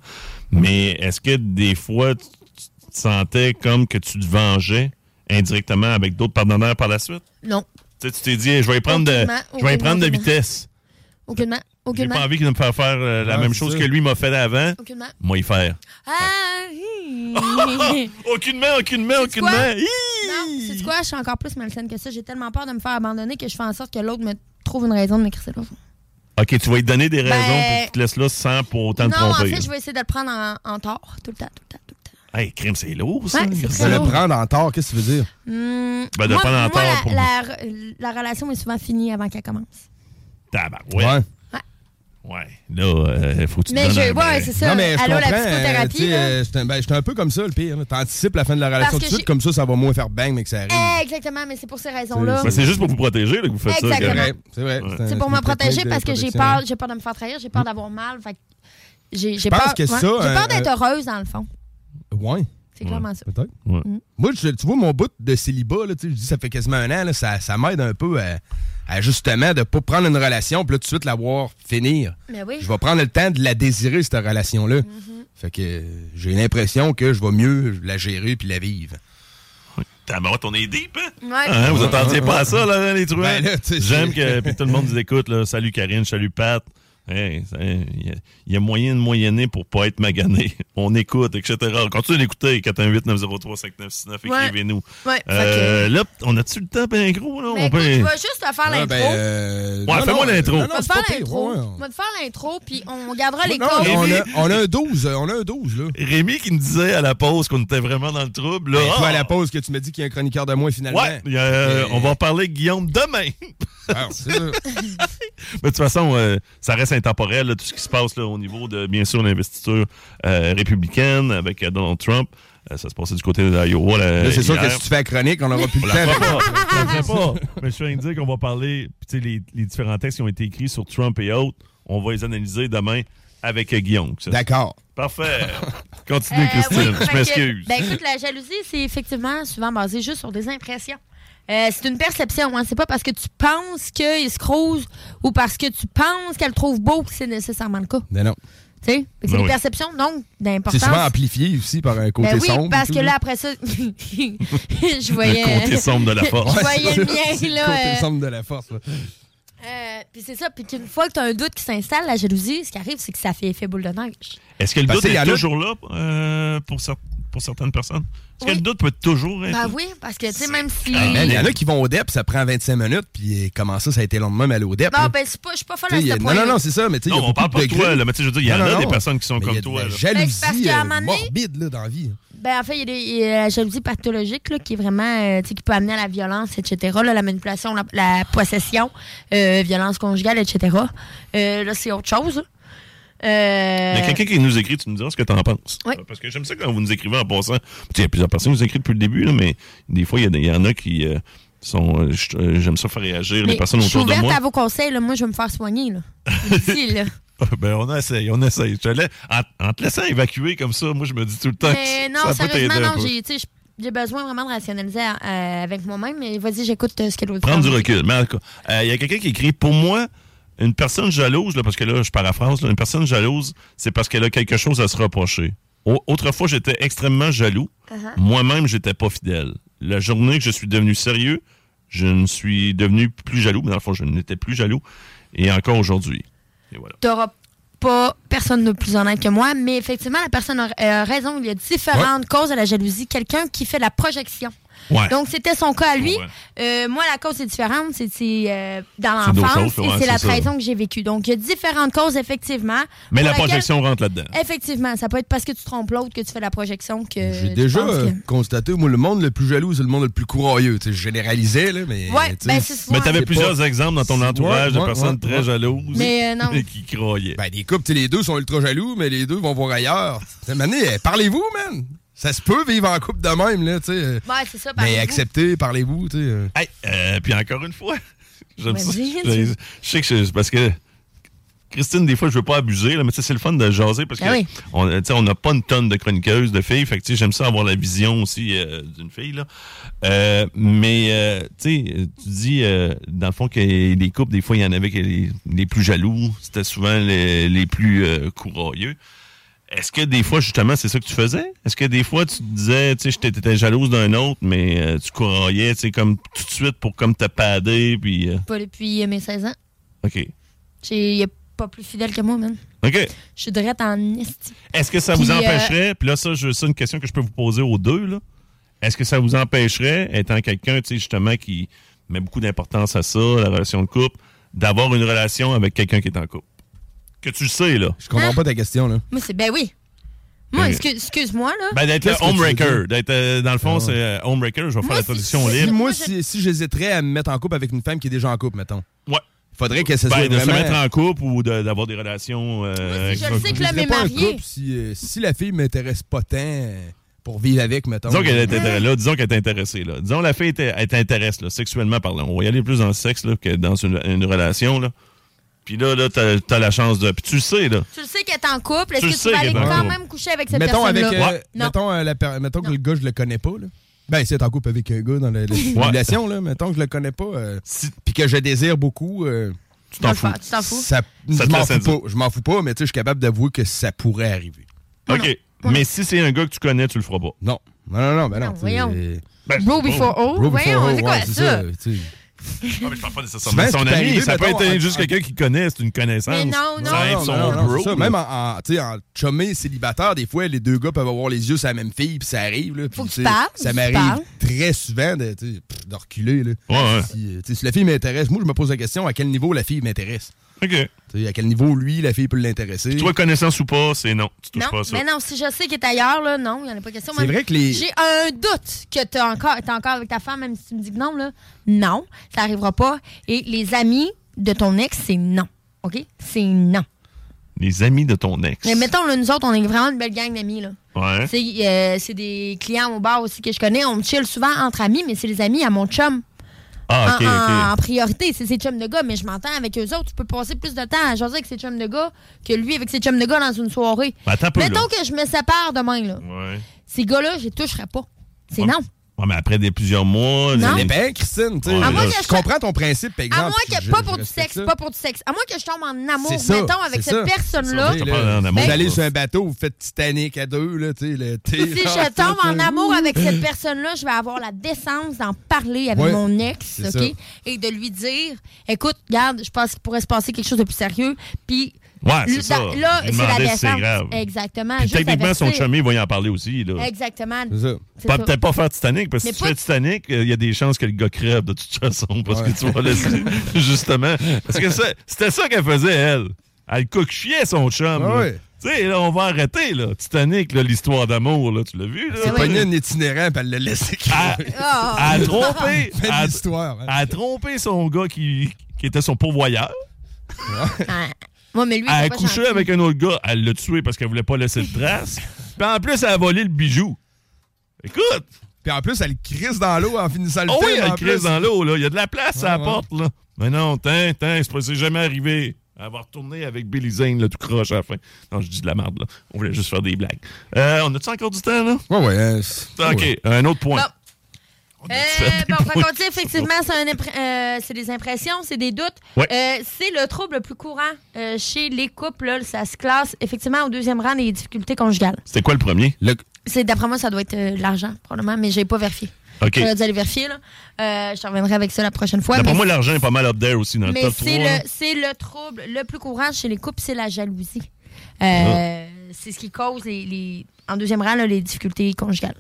Speaker 3: Mais est-ce que des fois, tu, tu te sentais comme que tu te vengeais indirectement avec d'autres partenaires par la suite?
Speaker 5: Non,
Speaker 3: Tu sais, tu t'es dit, eh, je vais y prendre de,
Speaker 5: Aucunement,
Speaker 3: je vais y prendre de
Speaker 5: aucunement.
Speaker 3: vitesse.
Speaker 5: aucunement,
Speaker 3: J'ai
Speaker 5: aucunement,
Speaker 3: pas envie qu'il me fasse faire euh, la
Speaker 6: Ouais,
Speaker 3: même
Speaker 6: Ah, c'est
Speaker 3: chose
Speaker 6: ça.
Speaker 3: que lui m'a fait avant.
Speaker 5: aucunement.
Speaker 3: Moi, y faire.
Speaker 5: Ah,
Speaker 3: <laughs>
Speaker 5: <laughs> hi.
Speaker 3: Ah! Aucune main, aucune main, aucune
Speaker 5: quoi?
Speaker 3: main. Hi!
Speaker 5: Non, c'est quoi? Je suis encore plus malsaine que ça. J'ai tellement peur de me faire abandonner que je fais en sorte que l'autre me trouve une raison de m'écrire.
Speaker 3: OK, tu vas lui donner des raisons,
Speaker 5: Ben-
Speaker 3: puis tu te laisses là sans pour autant
Speaker 5: Non,
Speaker 3: te
Speaker 5: en
Speaker 3: tromper.
Speaker 5: fait, je vais essayer de le prendre en, en tort, tout le temps, tout le temps.
Speaker 3: Hey, crime, c'est lourd, ça.
Speaker 5: Ouais, c'est
Speaker 6: De
Speaker 5: très
Speaker 6: le
Speaker 5: lourd.
Speaker 6: prendre en tort, qu'est-ce que tu veux dire?
Speaker 5: Hum,
Speaker 3: Ben, de
Speaker 5: moi,
Speaker 3: prendre en
Speaker 5: moi,
Speaker 3: tort
Speaker 5: la,
Speaker 3: pour-
Speaker 5: la re- la relation est souvent finie avant qu'elle commence.
Speaker 3: Tabarouette. Ouais. Là, euh, faut que tu te
Speaker 5: Mais
Speaker 3: donnes
Speaker 5: je-
Speaker 3: un
Speaker 5: ouais,
Speaker 3: break.
Speaker 5: c'est ça. Non, mais je Allô, la comprends,
Speaker 6: Euh,
Speaker 5: psychothérapie,
Speaker 6: tu sais,
Speaker 5: là.
Speaker 6: euh, j'étais- ben, j'étais un peu comme ça, le pire. là. T'anticipes la fin de la
Speaker 5: Parce
Speaker 6: relation tout
Speaker 5: que
Speaker 6: de
Speaker 5: j'ai-
Speaker 6: suite, comme ça, ça va moins faire bang, mais que ça arrive.
Speaker 5: Exactement, mais c'est pour ces raisons-là.
Speaker 3: Ben, c'est juste pour vous protéger là, que vous faites ça.
Speaker 5: Exactement.
Speaker 3: Gary.
Speaker 6: C'est vrai.
Speaker 3: Ouais.
Speaker 5: C'est pour me protéger parce que j'ai peur, j'ai peur de me faire trahir, j'ai peur d'avoir mal. fait que j'ai j'ai
Speaker 6: Je pense
Speaker 5: peur,
Speaker 6: que ça,
Speaker 5: j'ai
Speaker 6: euh,
Speaker 5: peur d'être
Speaker 6: euh,
Speaker 5: heureuse dans le fond.
Speaker 6: Ouais.
Speaker 5: C'est clairement ça.
Speaker 6: Peut-être.
Speaker 3: Ouais.
Speaker 5: Mm.
Speaker 6: Moi, je- tu vois, mon bout de célibat, là, tu sais, je dis ça fait quasiment un an, là, ça, ça m'aide un peu à, à justement de pas prendre une relation puis là, tout de suite la voir finir.
Speaker 5: Mais Ben oui. Mm-hmm.
Speaker 6: Je vais prendre le temps de la désirer, cette relation-là. Fait que euh, j'ai l'impression que je vais mieux la gérer puis la vivre.
Speaker 3: Tabarouette, on est deep, hein?
Speaker 5: Ouais.
Speaker 3: Hein, vous attendiez pas à ça, là, les truands?
Speaker 6: Ben là, tu sais,
Speaker 3: J'aime que
Speaker 6: <laughs> c'est-
Speaker 3: puis tout le monde nous écoute. Là, salut Karine, salut Pat. Hey, ça- Il y a- il y, a moyen de moyenner pour pas être magané. <laughs> On écoute, etc. Continuez d'écouter. 418-903-5969.
Speaker 5: Ouais.
Speaker 3: Écrivez-nous.
Speaker 5: Ouais,
Speaker 3: Euh, Là, on a-tu le temps, ben gros? Là?
Speaker 5: Mais
Speaker 3: on peut...
Speaker 5: écoute, je vais juste te faire
Speaker 6: Ouais,
Speaker 5: l'intro.
Speaker 6: ben, euh,
Speaker 3: Ouais,
Speaker 6: non,
Speaker 3: fais-moi
Speaker 6: non,
Speaker 3: l'intro.
Speaker 6: non,
Speaker 5: je
Speaker 6: non,
Speaker 5: vais te
Speaker 6: c'est pas
Speaker 5: faire
Speaker 6: pire,
Speaker 5: l'intro.
Speaker 6: ouais, on-
Speaker 5: Je vais te faire l'intro, puis on gardera les
Speaker 6: Non,
Speaker 5: codes.
Speaker 6: on a, on a un 12, on a un 12, là.
Speaker 3: Rémi qui me disait à la pause qu'on était vraiment dans le trouble. Là,
Speaker 6: Ben, toi,
Speaker 3: Ah!
Speaker 6: à la pause, que tu me dis qu'il y a un chroniqueur de moins, finalement.
Speaker 3: Ouais, il y a, euh,
Speaker 6: Et-
Speaker 3: on va en parler avec Guillaume demain. <laughs>
Speaker 6: Ah, c'est ça.
Speaker 3: Mais de toute façon, euh, ça reste intemporel, là, tout ce qui se passe là, au niveau de, bien sûr, l'investiture euh, républicaine avec euh, Donald Trump. Euh, ça se passait du côté de l'Iowa.
Speaker 6: Là, c'est sûr que si tu fais la chronique, on n'aura plus
Speaker 3: Ben, On
Speaker 6: le
Speaker 3: la fera
Speaker 6: temps.
Speaker 3: pas.
Speaker 6: <laughs>
Speaker 3: On la fera pas. Mais je suis en train de dire qu'on va parler, puis tu sais, les, les différents textes qui ont été écrits sur Trump et autres, on va les analyser demain avec euh, Guillaume. Ça,
Speaker 6: D'accord. <laughs>
Speaker 3: Parfait. Continue,
Speaker 5: Euh,
Speaker 3: Christine. je m'excuse.
Speaker 5: Ben écoute, la jalousie, c'est effectivement souvent basé juste sur des impressions. Euh, c'est une perception, hein. c'est pas parce que tu penses qu'il se crouse ou parce que tu penses qu'elle le trouve beau que c'est nécessairement le cas.
Speaker 6: Mais non.
Speaker 5: Tu sais? Fait que C'est
Speaker 3: Ben
Speaker 5: des
Speaker 3: oui.
Speaker 5: perceptions, donc,
Speaker 6: C'est
Speaker 5: d'importance.
Speaker 6: souvent amplifié aussi par un côté
Speaker 5: Ben oui,
Speaker 6: sombre.
Speaker 5: parce
Speaker 6: tout,
Speaker 5: que là, après ça, <laughs> je voyais.
Speaker 3: le côté sombre de la force.
Speaker 5: <laughs> Je voyais le
Speaker 6: <laughs> C'est
Speaker 5: mien,
Speaker 6: le
Speaker 5: là.
Speaker 6: côté
Speaker 5: euh,
Speaker 6: sombre de la force. là.
Speaker 5: euh, puis c'est ça. Puis qu'une fois que tu as un doute qui s'installe, la jalousie, ce qui arrive, c'est que ça fait effet boule de neige.
Speaker 3: Est-ce que le
Speaker 6: Parce
Speaker 3: doute
Speaker 6: qu'il y en
Speaker 3: est
Speaker 6: a-
Speaker 3: toujours là euh, pour, cer- pour certaines personnes? Est-ce que
Speaker 5: Oui.
Speaker 3: le doute peut toujours être
Speaker 5: Ben
Speaker 3: là?
Speaker 5: oui, parce que, tu sais, même si.
Speaker 3: Ah,
Speaker 6: Man, Il y en a qui vont au DEP, ça prend 25 minutes, puis comment ça, ça a été long de même aller au DEP?
Speaker 5: Non,
Speaker 6: là?
Speaker 5: ben, c'est pas- je suis pas folle
Speaker 6: Tu
Speaker 5: à
Speaker 6: sais, il y
Speaker 5: ce
Speaker 6: a-
Speaker 5: point.
Speaker 6: non, non, non, c'est ça, mais tu sais, il y a
Speaker 3: Non, on
Speaker 6: beaucoup
Speaker 3: parle pas de
Speaker 6: de
Speaker 3: toi,
Speaker 6: degrés.
Speaker 3: là, mais tu sais, je veux dire, il y en
Speaker 6: Non, non,
Speaker 3: a des
Speaker 6: non.
Speaker 3: personnes qui sont
Speaker 6: Mais il y
Speaker 3: comme
Speaker 6: a de
Speaker 3: toi.
Speaker 6: la
Speaker 3: là.
Speaker 6: jalousie
Speaker 5: Ben, c'est parce qu'à un
Speaker 6: euh,
Speaker 5: moment donné-
Speaker 6: morbide là, dans la vie.
Speaker 5: Ben, en fait, il y, a des- il y a la jalousie pathologique là, qui est vraiment, euh, tu sais, qui peut amener à la violence, etc. là, la manipulation, la, la possession, euh, violence conjugale, etc. Euh, là, c'est autre chose. Euh,
Speaker 3: Il y a quelqu'un qui nous écrit, tu nous diras ce que tu en penses.
Speaker 5: Oui.
Speaker 3: Euh, Parce que j'aime ça quand vous nous écrivez en passant. Tu sais, Il y a plusieurs personnes qui nous écrivent depuis le début, là, mais des fois, il y a des- il y, en a qui euh, sont. euh, je- euh, j'aime ça faire réagir les
Speaker 5: mais
Speaker 3: personnes
Speaker 5: je suis
Speaker 3: autour de
Speaker 5: ouverte
Speaker 3: moi.
Speaker 5: à vos conseils. là. Moi, je vais me faire soigner. Là. Ici,
Speaker 3: <laughs>
Speaker 5: là.
Speaker 3: ben, on essaye, on essaye. Je te laisse- en, en te laissant évacuer comme ça, moi, je me dis tout le temps
Speaker 5: Mais
Speaker 3: que
Speaker 5: non,
Speaker 3: ça peut t'aider
Speaker 5: sérieusement,
Speaker 3: un
Speaker 5: non,
Speaker 3: peu.
Speaker 5: j'ai, tu sais, j'ai besoin vraiment de rationaliser euh, avec moi-même. Mais vas-y, j'écoute euh, ce que l'autre
Speaker 3: Prendre
Speaker 5: dit.
Speaker 3: du recul. Mais en tout cas, euh, il y a quelqu'un qui écrit Pour moi, une personne jalouse, là, parce que là, je paraphrase, là, une personne jalouse, c'est parce qu'elle a quelque chose à se reprocher. Au- autrefois, j'étais extrêmement jaloux.
Speaker 5: Uh-huh.
Speaker 3: Moi-même, j'étais pas fidèle. La journée que je suis devenu sérieux, je ne suis devenu plus jaloux, mais dans le fond, je n'étais plus jaloux. Et encore aujourd'hui. Et voilà.
Speaker 5: t'auras pas personne de plus honnête que moi, mais effectivement, la personne a a raison. Il y a différentes causes à la jalousie. Quelqu'un qui fait de la projection.
Speaker 3: Ouais.
Speaker 5: Donc, c'était son cas à lui.
Speaker 3: Ouais.
Speaker 5: Euh, moi, la cause est différente. C'est c'est, euh, dans
Speaker 3: C'est d'autres
Speaker 5: l'enfance
Speaker 3: choses,
Speaker 5: et
Speaker 3: ouais,
Speaker 5: c'est la
Speaker 3: c'est ça.
Speaker 5: trahison que j'ai vécue. Donc, il y a différentes causes, effectivement.
Speaker 3: mais
Speaker 5: pour
Speaker 3: la
Speaker 5: laquelle- Eh,
Speaker 3: projection rentre là-dedans.
Speaker 5: Effectivement, ça peut être parce que tu trompes l'autre que tu fais la projection que.
Speaker 6: J'ai
Speaker 5: tu
Speaker 6: déjà
Speaker 5: penses
Speaker 6: euh,
Speaker 5: que-
Speaker 6: constaté, moi, le monde le plus jaloux, c'est le monde le plus courageux. Tu sais, Je généralisais, là, mais.
Speaker 5: Ouais,
Speaker 6: tu sais,
Speaker 5: ben, c'est-
Speaker 3: Mais
Speaker 5: Ouais.
Speaker 3: tu avais
Speaker 6: C'est
Speaker 3: plusieurs exemples dans ton
Speaker 6: Ouais,
Speaker 3: entourage de
Speaker 6: ouais,
Speaker 3: personnes
Speaker 6: ouais,
Speaker 3: très
Speaker 6: ouais.
Speaker 3: jalouses
Speaker 5: Mais, euh, non.
Speaker 3: et <laughs> qui croyaient.
Speaker 6: Ben, des couples, tu sais, les deux sont ultra jaloux, mais les deux vont voir <laughs> ailleurs. Tu sais, Mané, euh, parlez-vous, man. Ça se peut vivre en couple de même, là, tu sais. euh,
Speaker 5: Ouais, c'est ça. par
Speaker 6: Mais
Speaker 5: exemple.
Speaker 6: acceptez, parlez-vous, tu sais. euh.
Speaker 3: Hey, euh, puis encore une fois, <laughs> j'aime ça.
Speaker 5: Vas-y,
Speaker 3: Je,
Speaker 5: tu-
Speaker 3: je sais que c'est parce que Christine, des fois, je veux pas abuser, là, mais tu sais, c'est le fun de jaser parce
Speaker 5: Ah
Speaker 3: que
Speaker 5: oui.
Speaker 3: on tu sais, on n'a pas une tonne de chroniqueuses de filles. Fait que tu sais, j'aime ça avoir la vision aussi euh, d'une fille. Là. Euh, mais euh, tu sais, tu dis euh, dans le fond que les couples, des fois, il y en avait que les, les plus jaloux, c'était souvent les, les plus euh, courageux. Est-ce que des fois, justement, c'est ça que tu faisais? Est-ce que des fois, tu te disais, tu sais, je t'étais jalouse d'un autre, mais euh, tu couraillais, tu sais, comme tout de suite pour comme te padder, puis... euh,
Speaker 5: Pas depuis euh, mes 16 ans.
Speaker 3: OK.
Speaker 5: J'ai- Il a pas plus fidèle que moi, man.
Speaker 3: OK.
Speaker 5: Je suis drette en esti.
Speaker 3: Est-ce que ça vous
Speaker 5: Puis, euh,
Speaker 3: empêcherait, puis là, ça, je- ça, une question que je peux vous poser aux deux, là. Est-ce que ça vous empêcherait, étant quelqu'un, tu sais, justement, qui met beaucoup d'importance à ça, la relation de couple, d'avoir une relation avec quelqu'un qui est en couple. Que tu le sais, là.
Speaker 6: Je
Speaker 5: Hein?
Speaker 6: comprends pas ta question, là.
Speaker 5: Moi, c'est. Ben oui. Moi,
Speaker 3: Mais-
Speaker 5: excu- excuse-moi, là.
Speaker 3: Ben, d'être le
Speaker 6: Qu'est-ce que tu veux
Speaker 3: homebreaker.
Speaker 6: dire? Ah.
Speaker 3: D'être, euh, dans le fond, c'est euh, homebreaker. Je vais faire la traduction
Speaker 6: Si
Speaker 3: libre.
Speaker 6: moi, si, si j'hésiterais à me mettre en couple avec une femme qui est déjà en couple, mettons.
Speaker 3: Ouais.
Speaker 6: Faudrait que ce
Speaker 3: Ben,
Speaker 6: soit
Speaker 3: de
Speaker 6: vraiment...
Speaker 3: se mettre en couple ou de- d'avoir des relations. euh,
Speaker 5: si je
Speaker 3: avec-
Speaker 5: le sais que l'homme
Speaker 6: serais
Speaker 5: est
Speaker 6: pas en
Speaker 5: marié.
Speaker 6: couple si, euh, si la fille m'intéresse pas tant euh, pour vivre avec, mettons.
Speaker 3: Disons qu'elle est intéressée, là. Disons qu'elle est intéressée, là. Disons la fille était- elle t'intéresse, là, sexuellement parlant. On va y aller plus dans le sexe, là, que dans une, une relation, là. Puis là, là, t'as, t'as la chance de. Puis tu le sais, là.
Speaker 5: Tu le sais qu'elle est en couple. Est-ce
Speaker 3: Tu
Speaker 5: que
Speaker 3: le sais
Speaker 5: tu vas aller
Speaker 3: qu'elle est en
Speaker 5: quand
Speaker 3: couple.
Speaker 5: même coucher avec cette
Speaker 6: mettons avec,
Speaker 5: personne-là?
Speaker 6: euh,
Speaker 3: Ouais.
Speaker 5: Non.
Speaker 6: mettons, euh, la per- mettons que le gars, je le connais pas, là. Ben, si elle est en couple avec un gars dans la la simulation, là, mettons que je le connais pas, euh,
Speaker 3: Si-
Speaker 6: puis que je désire beaucoup, euh,
Speaker 3: Tu t'en
Speaker 5: le
Speaker 3: fous.
Speaker 5: faire, Tu t'en fous?
Speaker 6: ça,
Speaker 3: Ça
Speaker 6: je
Speaker 3: te
Speaker 6: m'en
Speaker 3: laisse
Speaker 6: fous
Speaker 3: indifférent.
Speaker 6: pas. Je m'en fous pas, mais tu sais, je suis capable d'avouer que ça pourrait arriver.
Speaker 3: OK. Mais si c'est un gars que tu connais, tu le feras pas.
Speaker 6: Non. Non, non, non, ben non.
Speaker 5: Non,
Speaker 6: tu sais,
Speaker 5: voyons.
Speaker 6: euh,
Speaker 3: Ben,
Speaker 5: Bro
Speaker 3: c'est
Speaker 5: before
Speaker 6: bro
Speaker 5: all?
Speaker 6: before oh,
Speaker 5: Voyons,
Speaker 3: oh,
Speaker 6: all,
Speaker 5: c'est quoi
Speaker 6: ouais,
Speaker 5: ça?
Speaker 6: tu sais.
Speaker 5: Ah,
Speaker 3: pas, mais je parle pas nécessairement de son
Speaker 6: Souvent, ce qui peut
Speaker 3: ami.
Speaker 6: arriver,
Speaker 3: Ça peut
Speaker 6: mettons,
Speaker 3: être
Speaker 6: en-
Speaker 3: juste
Speaker 6: en-
Speaker 3: quelqu'un qui connaît, c'est une connaissance.
Speaker 5: Mais non, non.
Speaker 3: Ça aide
Speaker 6: Non,
Speaker 3: son
Speaker 6: non, non,
Speaker 3: bro,
Speaker 6: c'est ça.
Speaker 3: là.
Speaker 6: Même en, en, tu sais, en chumé célibataire, des fois, les deux gars peuvent avoir les yeux sur la même fille, puis ça arrive. Là, puis,
Speaker 5: Faut que tu
Speaker 6: sais,
Speaker 5: parles,
Speaker 6: Ça
Speaker 5: tu
Speaker 6: m'arrive
Speaker 5: parles.
Speaker 6: très souvent de, tu sais, pff, de reculer. Là.
Speaker 3: Ouais, ouais.
Speaker 6: Si, euh, tu sais, si la fille m'intéresse, moi, je me pose la question à quel niveau la fille m'intéresse.
Speaker 3: OK.
Speaker 6: Tu sais, à quel niveau, lui, la fille peut l'intéresser.
Speaker 3: Toi, connaissance ou pas, c'est non. Tu touches
Speaker 5: Non,
Speaker 3: pas à ça.
Speaker 5: mais non, si je sais qu'il est ailleurs, là, non, il n'y en a pas question.
Speaker 6: C'est
Speaker 5: Même-
Speaker 6: vrai que les-
Speaker 5: J'ai un doute que tu encore, t'es encore avec ta femme, même si tu me dis que non, là. Non, ça n'arrivera pas. Et les amis de ton ex, c'est non. OK? C'est non.
Speaker 3: Les amis de ton ex.
Speaker 5: Mais mettons, là, nous autres, on est vraiment une belle gang d'amis, là.
Speaker 3: Ouais.
Speaker 5: C'est euh, c'est des clients au bar aussi que je connais. On chill souvent entre amis, mais c'est les amis à mon chum.
Speaker 3: Ah,
Speaker 5: en, en-
Speaker 3: OK,
Speaker 5: en priorité, c'est ses chums de gars, mais je m'entends avec eux autres. Tu peux passer plus de temps à jaser avec ses chums de gars que lui avec ses chums de gars dans une soirée.
Speaker 3: Ben, attends un peu,
Speaker 5: Mettons
Speaker 3: là.
Speaker 5: que je me sépare demain, là.
Speaker 3: OK. Ouais.
Speaker 5: Ces gars-là, je les toucherai pas. C'est
Speaker 3: Ouais,
Speaker 5: non.
Speaker 3: mais- Ouais, mais après des plusieurs mois.
Speaker 5: Non.
Speaker 3: des-
Speaker 6: Eh ben, Christine, tu sais,
Speaker 3: hein? Ouais, À
Speaker 6: je,
Speaker 3: moins
Speaker 6: je
Speaker 5: que je-
Speaker 6: comprends ton principe, par exemple.
Speaker 5: À moins
Speaker 6: puis
Speaker 5: que,
Speaker 6: je-
Speaker 5: pas
Speaker 6: je
Speaker 5: pour du
Speaker 6: respecte
Speaker 5: sexe,
Speaker 6: ça.
Speaker 5: pas pour du sexe. À moins que je tombe en amour,
Speaker 6: C'est ça,
Speaker 5: mettons, avec
Speaker 6: c'est
Speaker 5: cette
Speaker 6: ça.
Speaker 5: personne-là.
Speaker 6: Tu sais,
Speaker 3: Ça parle en amour.
Speaker 6: Vous allez
Speaker 3: Ben-
Speaker 6: sur un bateau, vous faites Titanic à deux, là, tu sais, le thé,
Speaker 5: Si
Speaker 6: là,
Speaker 5: je tombe
Speaker 6: tout,
Speaker 5: en
Speaker 6: là.
Speaker 5: amour avec cette personne-là, je vais avoir la décence d'en parler avec
Speaker 6: Ouais,
Speaker 5: mon ex,
Speaker 6: c'est
Speaker 5: OK?
Speaker 6: ça.
Speaker 5: Et de lui dire écoute, regarde, je pense qu'il pourrait se passer quelque chose de plus sérieux. Puis.
Speaker 3: Ouais, c'est
Speaker 5: le-
Speaker 3: ça.
Speaker 5: dans- Là,
Speaker 3: Lui
Speaker 5: c'est la
Speaker 3: demander si
Speaker 5: défense.
Speaker 3: c'est grave.
Speaker 5: Exactement.
Speaker 3: Puis
Speaker 5: Ah, Juste
Speaker 3: techniquement, son
Speaker 5: avertir.
Speaker 3: chummy va y en parler aussi. Là.
Speaker 5: Exactement.
Speaker 6: C'est ça.
Speaker 5: C'est
Speaker 3: Pas-
Speaker 5: ça. Ah,
Speaker 3: Peut-être pas faire Titanic, parce que
Speaker 5: Mais
Speaker 3: si tu
Speaker 5: pas-
Speaker 3: fais Titanic, euh, il y a des chances que le gars crève de toute façon, parce que tu vas laisser, <laughs> justement. Parce que ça- c'était ça qu'elle faisait, elle. Elle coque-chiait son chum.
Speaker 6: Ah
Speaker 3: là.
Speaker 6: ouais.
Speaker 3: Tu sais, là, on va arrêter, là. Titanic, là, l'histoire d'amour, là, tu l'as vu, là?
Speaker 5: C'est
Speaker 6: Pogner
Speaker 5: Oui.
Speaker 6: un itinérant, puis elle le laisser.
Speaker 3: Elle,
Speaker 5: Ah.
Speaker 3: elle a trompé.
Speaker 6: <laughs> Belle
Speaker 3: elle a-
Speaker 6: histoire, hein.
Speaker 3: elle a trompé son gars qui, qui était son pourvoyeur.
Speaker 5: Ah. Moi, mais lui, il
Speaker 3: Elle
Speaker 5: est
Speaker 3: a
Speaker 5: pas
Speaker 3: couché
Speaker 5: gentil.
Speaker 3: avec un autre gars. Elle l'a tué parce qu'elle voulait pas laisser de
Speaker 5: <laughs>
Speaker 3: traces. Puis en plus, elle a volé le bijou. Écoute!
Speaker 6: Puis en plus, elle le crisse dans l'eau en finissant le
Speaker 3: Oh oui,
Speaker 6: film,
Speaker 3: elle
Speaker 6: en
Speaker 3: crise
Speaker 6: plus. Ah,
Speaker 3: dans l'eau, là. Il y a de la place à la
Speaker 6: Ouais, ouais.
Speaker 3: porte, là. Mais non, t'in, t'in, c'est pas- c'est jamais arrivé. Elle va retourner avec Billy Zane, là, tout croche à la fin. Non, je dis de la merde, là. On voulait juste faire des blagues. Euh, on a-tu encore du temps, là?
Speaker 6: Ouais, ouais. euh, c'est-
Speaker 3: Ah, OK,
Speaker 6: ouais.
Speaker 3: un autre point.
Speaker 5: Bon. Euh, bon, fait qu'on dit effectivement, c'est un impré- euh, c'est des impressions, c'est des doutes.
Speaker 3: Ouais.
Speaker 5: Euh, c'est le trouble le plus courant euh, chez les couples. là. ça se classe effectivement au deuxième rang des difficultés conjugales.
Speaker 3: C'était quoi le premier?
Speaker 6: Le-
Speaker 5: C'est d'après moi, ça doit être euh, l'argent probablement, mais j'ai pas vérifié.
Speaker 3: OK.
Speaker 5: J'aurais dû aller vérifier. Là. Euh, je te reviendrai avec ça la prochaine fois.
Speaker 3: D'après
Speaker 5: mais
Speaker 3: moi, l'argent est pas mal up there aussi dans le
Speaker 5: mais
Speaker 3: top 3.
Speaker 5: c'est
Speaker 3: là.
Speaker 5: le, c'est le trouble le plus courant chez les couples, c'est la jalousie. Euh,
Speaker 3: Ah.
Speaker 5: C'est ce qui cause les, les- en deuxième rang là, les difficultés conjugales.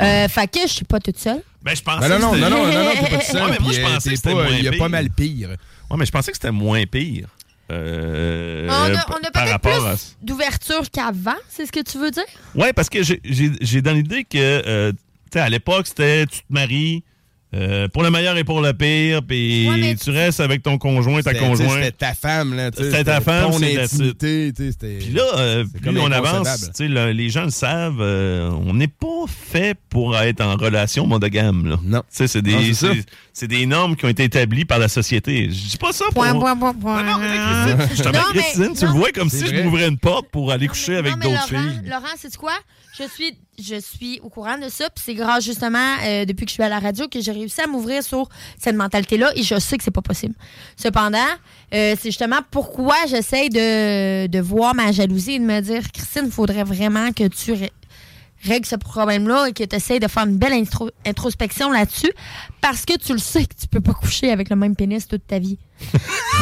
Speaker 5: Euh, Fait que je suis pas toute seule.
Speaker 3: Ben, je
Speaker 6: Ben
Speaker 3: pensais
Speaker 6: non, non,
Speaker 3: que
Speaker 6: non,
Speaker 3: c'était-
Speaker 6: non, non, non,
Speaker 3: <laughs>
Speaker 6: t'es pas tout
Speaker 3: Ouais,
Speaker 6: seul.
Speaker 3: mais moi,
Speaker 6: puis,
Speaker 3: je
Speaker 6: euh,
Speaker 3: pensais
Speaker 6: t'es
Speaker 3: que c'était
Speaker 6: pas-
Speaker 3: moins
Speaker 6: Il y a
Speaker 3: pire.
Speaker 6: pas mal pire.
Speaker 3: Ouais, mais je pensais que c'était moins pire. Euh,
Speaker 5: On a, on a
Speaker 3: par
Speaker 5: peut-être
Speaker 3: rapport à-
Speaker 5: plus d'ouverture qu'avant, c'est ce que tu veux dire?
Speaker 3: Ouais, parce que j'ai- j'ai j'ai dans l'idée que, euh, tu sais, à l'époque, c'était tu te maries euh, pour le meilleur et pour le pire, puis
Speaker 5: Ouais, mais
Speaker 3: tu restes avec ton conjoint, ta
Speaker 6: C'était- tu sais, C'était
Speaker 3: conjointe.
Speaker 6: ta femme, là. tu sais,
Speaker 3: C'était ta femme,
Speaker 6: Ton
Speaker 3: c'est la suite.
Speaker 6: intimité, tu sais, c'était-
Speaker 3: Puis là, euh,
Speaker 6: c'est
Speaker 3: plus
Speaker 6: comme
Speaker 3: on avance,
Speaker 6: inconcevable.
Speaker 3: tu sais, le- les gens le savent, euh, on n'est pas fait pour être en relation monogame. Là.
Speaker 6: Non.
Speaker 3: Tu sais, c'est
Speaker 6: Non,
Speaker 3: des,
Speaker 6: c'est ça.
Speaker 3: c'est- c'est des normes qui ont été établies par la société. Je dis pas ça pour... Ah
Speaker 5: Point, point, point, point.
Speaker 3: Non, non, mais Christine, je te
Speaker 5: Non,
Speaker 3: mets
Speaker 5: mais-
Speaker 3: Christine, tu le
Speaker 5: non.
Speaker 3: vois comme
Speaker 6: C'est
Speaker 3: si je
Speaker 6: vrai.
Speaker 3: m'ouvrais une porte pour aller coucher
Speaker 5: Non,
Speaker 3: avec
Speaker 5: mais
Speaker 3: d'autres
Speaker 5: Laurent,
Speaker 3: filles.
Speaker 5: Laurent, c'est quoi? Je suis, je suis au courant de ça, puis c'est grâce justement euh, depuis que je suis à la radio que j'ai réussi à m'ouvrir sur cette mentalité-là et je sais que c'est pas possible. Cependant, euh, c'est justement pourquoi j'essaie de, de voir ma jalousie et de me dire Christine, faudrait vraiment que tu ré- règles ce problème-là et que tu essaies de faire une belle intro- introspection là-dessus parce que tu le sais que tu peux pas coucher avec le même pénis toute ta vie. <laughs>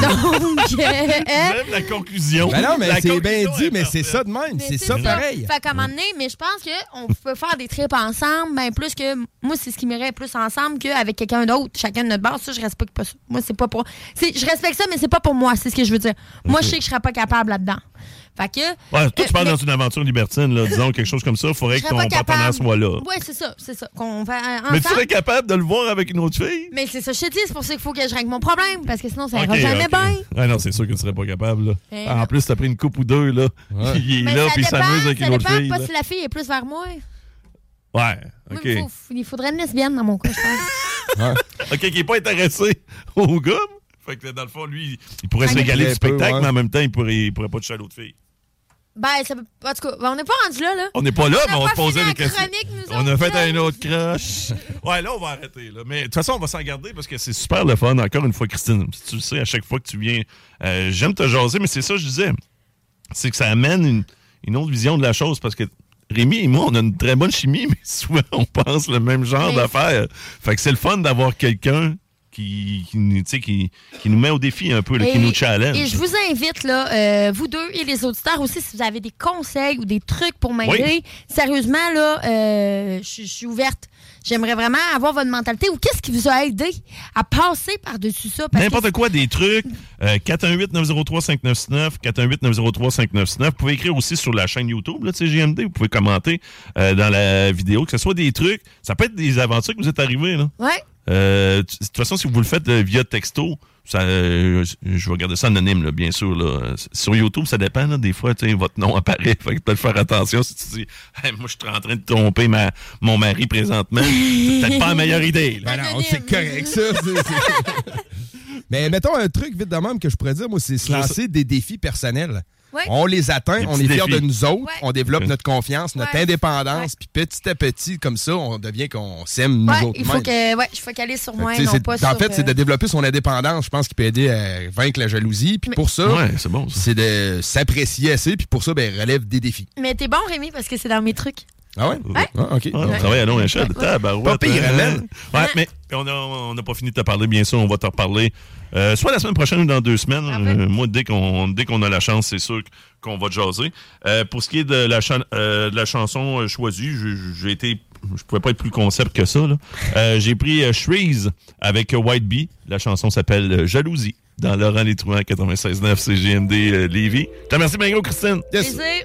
Speaker 5: Donc, euh,
Speaker 3: <laughs> Même la conclusion.
Speaker 6: Ben non, mais
Speaker 3: La
Speaker 6: c'est bien
Speaker 3: conclusion
Speaker 6: dit,
Speaker 3: est
Speaker 6: mais c'est
Speaker 3: parfaite.
Speaker 6: ça de même.
Speaker 5: mais
Speaker 6: C'est ça pareil.
Speaker 5: Fait qu'à un moment donné, mais je pense qu'on peut faire des trips ensemble, ben plus que. Moi, c'est ce qui m'irait plus ensemble qu'avec quelqu'un d'autre, chacun de notre base. Ça, je respecte pas ça. Moi, c'est pas pour. c'est- Je respecte ça, mais c'est pas pour moi, c'est ce que je veux dire. Moi, je sais que je serais pas capable là-dedans. Fait que.
Speaker 3: Ouais, toi, tu
Speaker 5: euh,
Speaker 3: parles
Speaker 5: mais-
Speaker 3: dans une aventure libertine, là, disons, quelque chose comme ça. Il faudrait
Speaker 5: je
Speaker 3: que
Speaker 5: serais
Speaker 3: ton
Speaker 5: pas
Speaker 3: partenaire
Speaker 5: capable.
Speaker 3: soit là.
Speaker 5: Oui, c'est ça, c'est ça. Qu'on va euh,
Speaker 3: Mais
Speaker 5: ensemble.
Speaker 3: tu serais capable de le voir avec une autre fille?
Speaker 5: Mais c'est ça, je te dis, c'est pour ça qu'il faut que je règle mon problème, parce que sinon, ça ira
Speaker 3: Ok,
Speaker 5: Ben, jamais
Speaker 3: ok.
Speaker 5: bien.
Speaker 3: Ah non, c'est sûr que tu serais pas capable. là.
Speaker 5: Eh
Speaker 3: Ah,
Speaker 5: non.
Speaker 3: en plus, t'as pris une coupe ou deux, là. <laughs> Il est
Speaker 5: Mais
Speaker 3: là,
Speaker 5: ça
Speaker 3: puis il
Speaker 5: dépend,
Speaker 3: s'amuse avec
Speaker 5: ça
Speaker 3: une autre
Speaker 5: dépend
Speaker 3: fille.
Speaker 5: pas
Speaker 3: là.
Speaker 5: si la fille est plus vers moi.
Speaker 3: Ouais,
Speaker 5: Moi,
Speaker 3: OK.
Speaker 5: il me faut- il faudrait une lesbienne dans mon cas, je pense.
Speaker 3: OK, qui n'est pas intéressé au gars. Fait que dans le fond, lui, il pourrait se
Speaker 5: Ok.
Speaker 3: régaler du
Speaker 6: Très peu,
Speaker 3: spectacle,
Speaker 6: ouais.
Speaker 3: mais en même temps, il pourrait, il pourrait pas toucher à l'autre fille.
Speaker 5: ben, ça peut... en tout cas, ben, on n'est pas rendu là, là.
Speaker 3: On n'est pas là,
Speaker 5: On
Speaker 3: mais
Speaker 5: a
Speaker 3: on
Speaker 5: pas
Speaker 3: se posait
Speaker 5: fini
Speaker 3: des
Speaker 5: la
Speaker 3: questions.
Speaker 5: chronique, nous
Speaker 3: On a
Speaker 5: autres,
Speaker 3: fait
Speaker 5: là.
Speaker 3: un autre crush. Ouais, là, on va arrêter. Là. Mais de toute façon, on va s'en garder parce que c'est super le fun. Encore une fois, Christine, si tu le sais, à chaque fois que tu viens, euh, j'aime te jaser, mais c'est ça que je disais. C'est que ça amène une, une autre vision de la chose parce que Rémi et moi, on a une très bonne chimie, <laughs> mais souvent, on pense le même genre
Speaker 5: Mais-
Speaker 3: d'affaires. Fait que c'est le fun d'avoir quelqu'un qui, qui, nous- tu sais, qui, qui nous met au défi un peu, là, qui nous challenge.
Speaker 5: et je vous invite, là, euh, vous deux et les auditeurs aussi, si vous avez des conseils ou des trucs pour m'aider, sérieusement, là, euh, je je suis ouverte. J'aimerais vraiment avoir votre mentalité ou qu'est-ce qui vous a aidé à passer par-dessus ça. parce que
Speaker 3: N'importe quoi, des trucs. Euh, 418-903-599, 418-903-599. Vous pouvez écrire aussi sur la chaîne YouTube, là, de CGMD. Vous pouvez commenter euh, dans la vidéo, que ce soit des trucs. Ça peut être des aventures que vous êtes arrivés, là.
Speaker 5: Ouais.
Speaker 3: Euh, tu- de toute façon, si vous le faites euh, via texto, ça, euh, je vais garder ça anonyme, là, bien sûr. Là. Sur YouTube, ça dépend. Là, des fois, tu sais, votre nom apparaît. <laughs> Fait que peut-être faire attention si tu dis Hey, Moi, je suis en train de tromper ma, mon mari présentement. C'est peut-être pas la meilleure idée. là.
Speaker 6: Ben non, c'est correct, ça.
Speaker 5: <laughs>
Speaker 6: c'est- c'est- <laughs> Mais mettons un truc vite de même que je pourrais dire, moi, c'est se lancer des défis personnels.
Speaker 5: Ouais.
Speaker 6: On les atteint,
Speaker 3: Des
Speaker 6: on est
Speaker 3: petits
Speaker 6: fiers
Speaker 3: défis.
Speaker 6: de nous autres,
Speaker 5: Ouais.
Speaker 6: on développe
Speaker 3: Ok.
Speaker 6: notre confiance, notre
Speaker 5: Ouais.
Speaker 6: indépendance, puis petit à petit, comme ça, on devient qu'on s'aime nous
Speaker 5: Ouais,
Speaker 6: autres.
Speaker 5: il faut
Speaker 6: mêmes.
Speaker 5: que, ouais, je focalise sur
Speaker 6: Fait que,
Speaker 5: moi,
Speaker 6: tu sais,
Speaker 5: non
Speaker 6: c'est-
Speaker 5: pas
Speaker 6: en
Speaker 5: sur,
Speaker 6: fait, c'est
Speaker 5: euh,
Speaker 6: de développer son indépendance, je pense, qui peut aider à vaincre la jalousie. Puis pour ça,
Speaker 3: Ouais, c'est bon. ça.
Speaker 6: c'est de s'apprécier assez, puis pour ça, ben, relève des défis.
Speaker 5: Mais t'es bon, Rémi, parce que c'est dans mes trucs.
Speaker 6: Ah ouais? Ah, OK.
Speaker 3: Ouais, on travaille à long échelle.
Speaker 5: Ouais.
Speaker 3: Tabarouette.
Speaker 6: Pas pire,
Speaker 3: hein.
Speaker 6: man.
Speaker 3: Ouais, mais on n'a pas fini de te parler, bien sûr. On va te reparler euh, soit la semaine prochaine ou dans deux semaines. Euh, moi, dès qu'on dès qu'on a la chance, c'est sûr qu'on va te jaser. Euh, pour ce qui est de la, chan- euh, de la chanson euh, choisie, j'ai- j'ai été. Je pouvais pas être plus concept que ça. là. Euh, j'ai pris euh, Shreeze avec euh, White Bee. La chanson s'appelle euh, Jalousie dans Laurent Létrouin 96.9 CGMD euh, Lévis. Je te remercie, bien gros, Christine.
Speaker 6: Yes.
Speaker 5: Plaisir.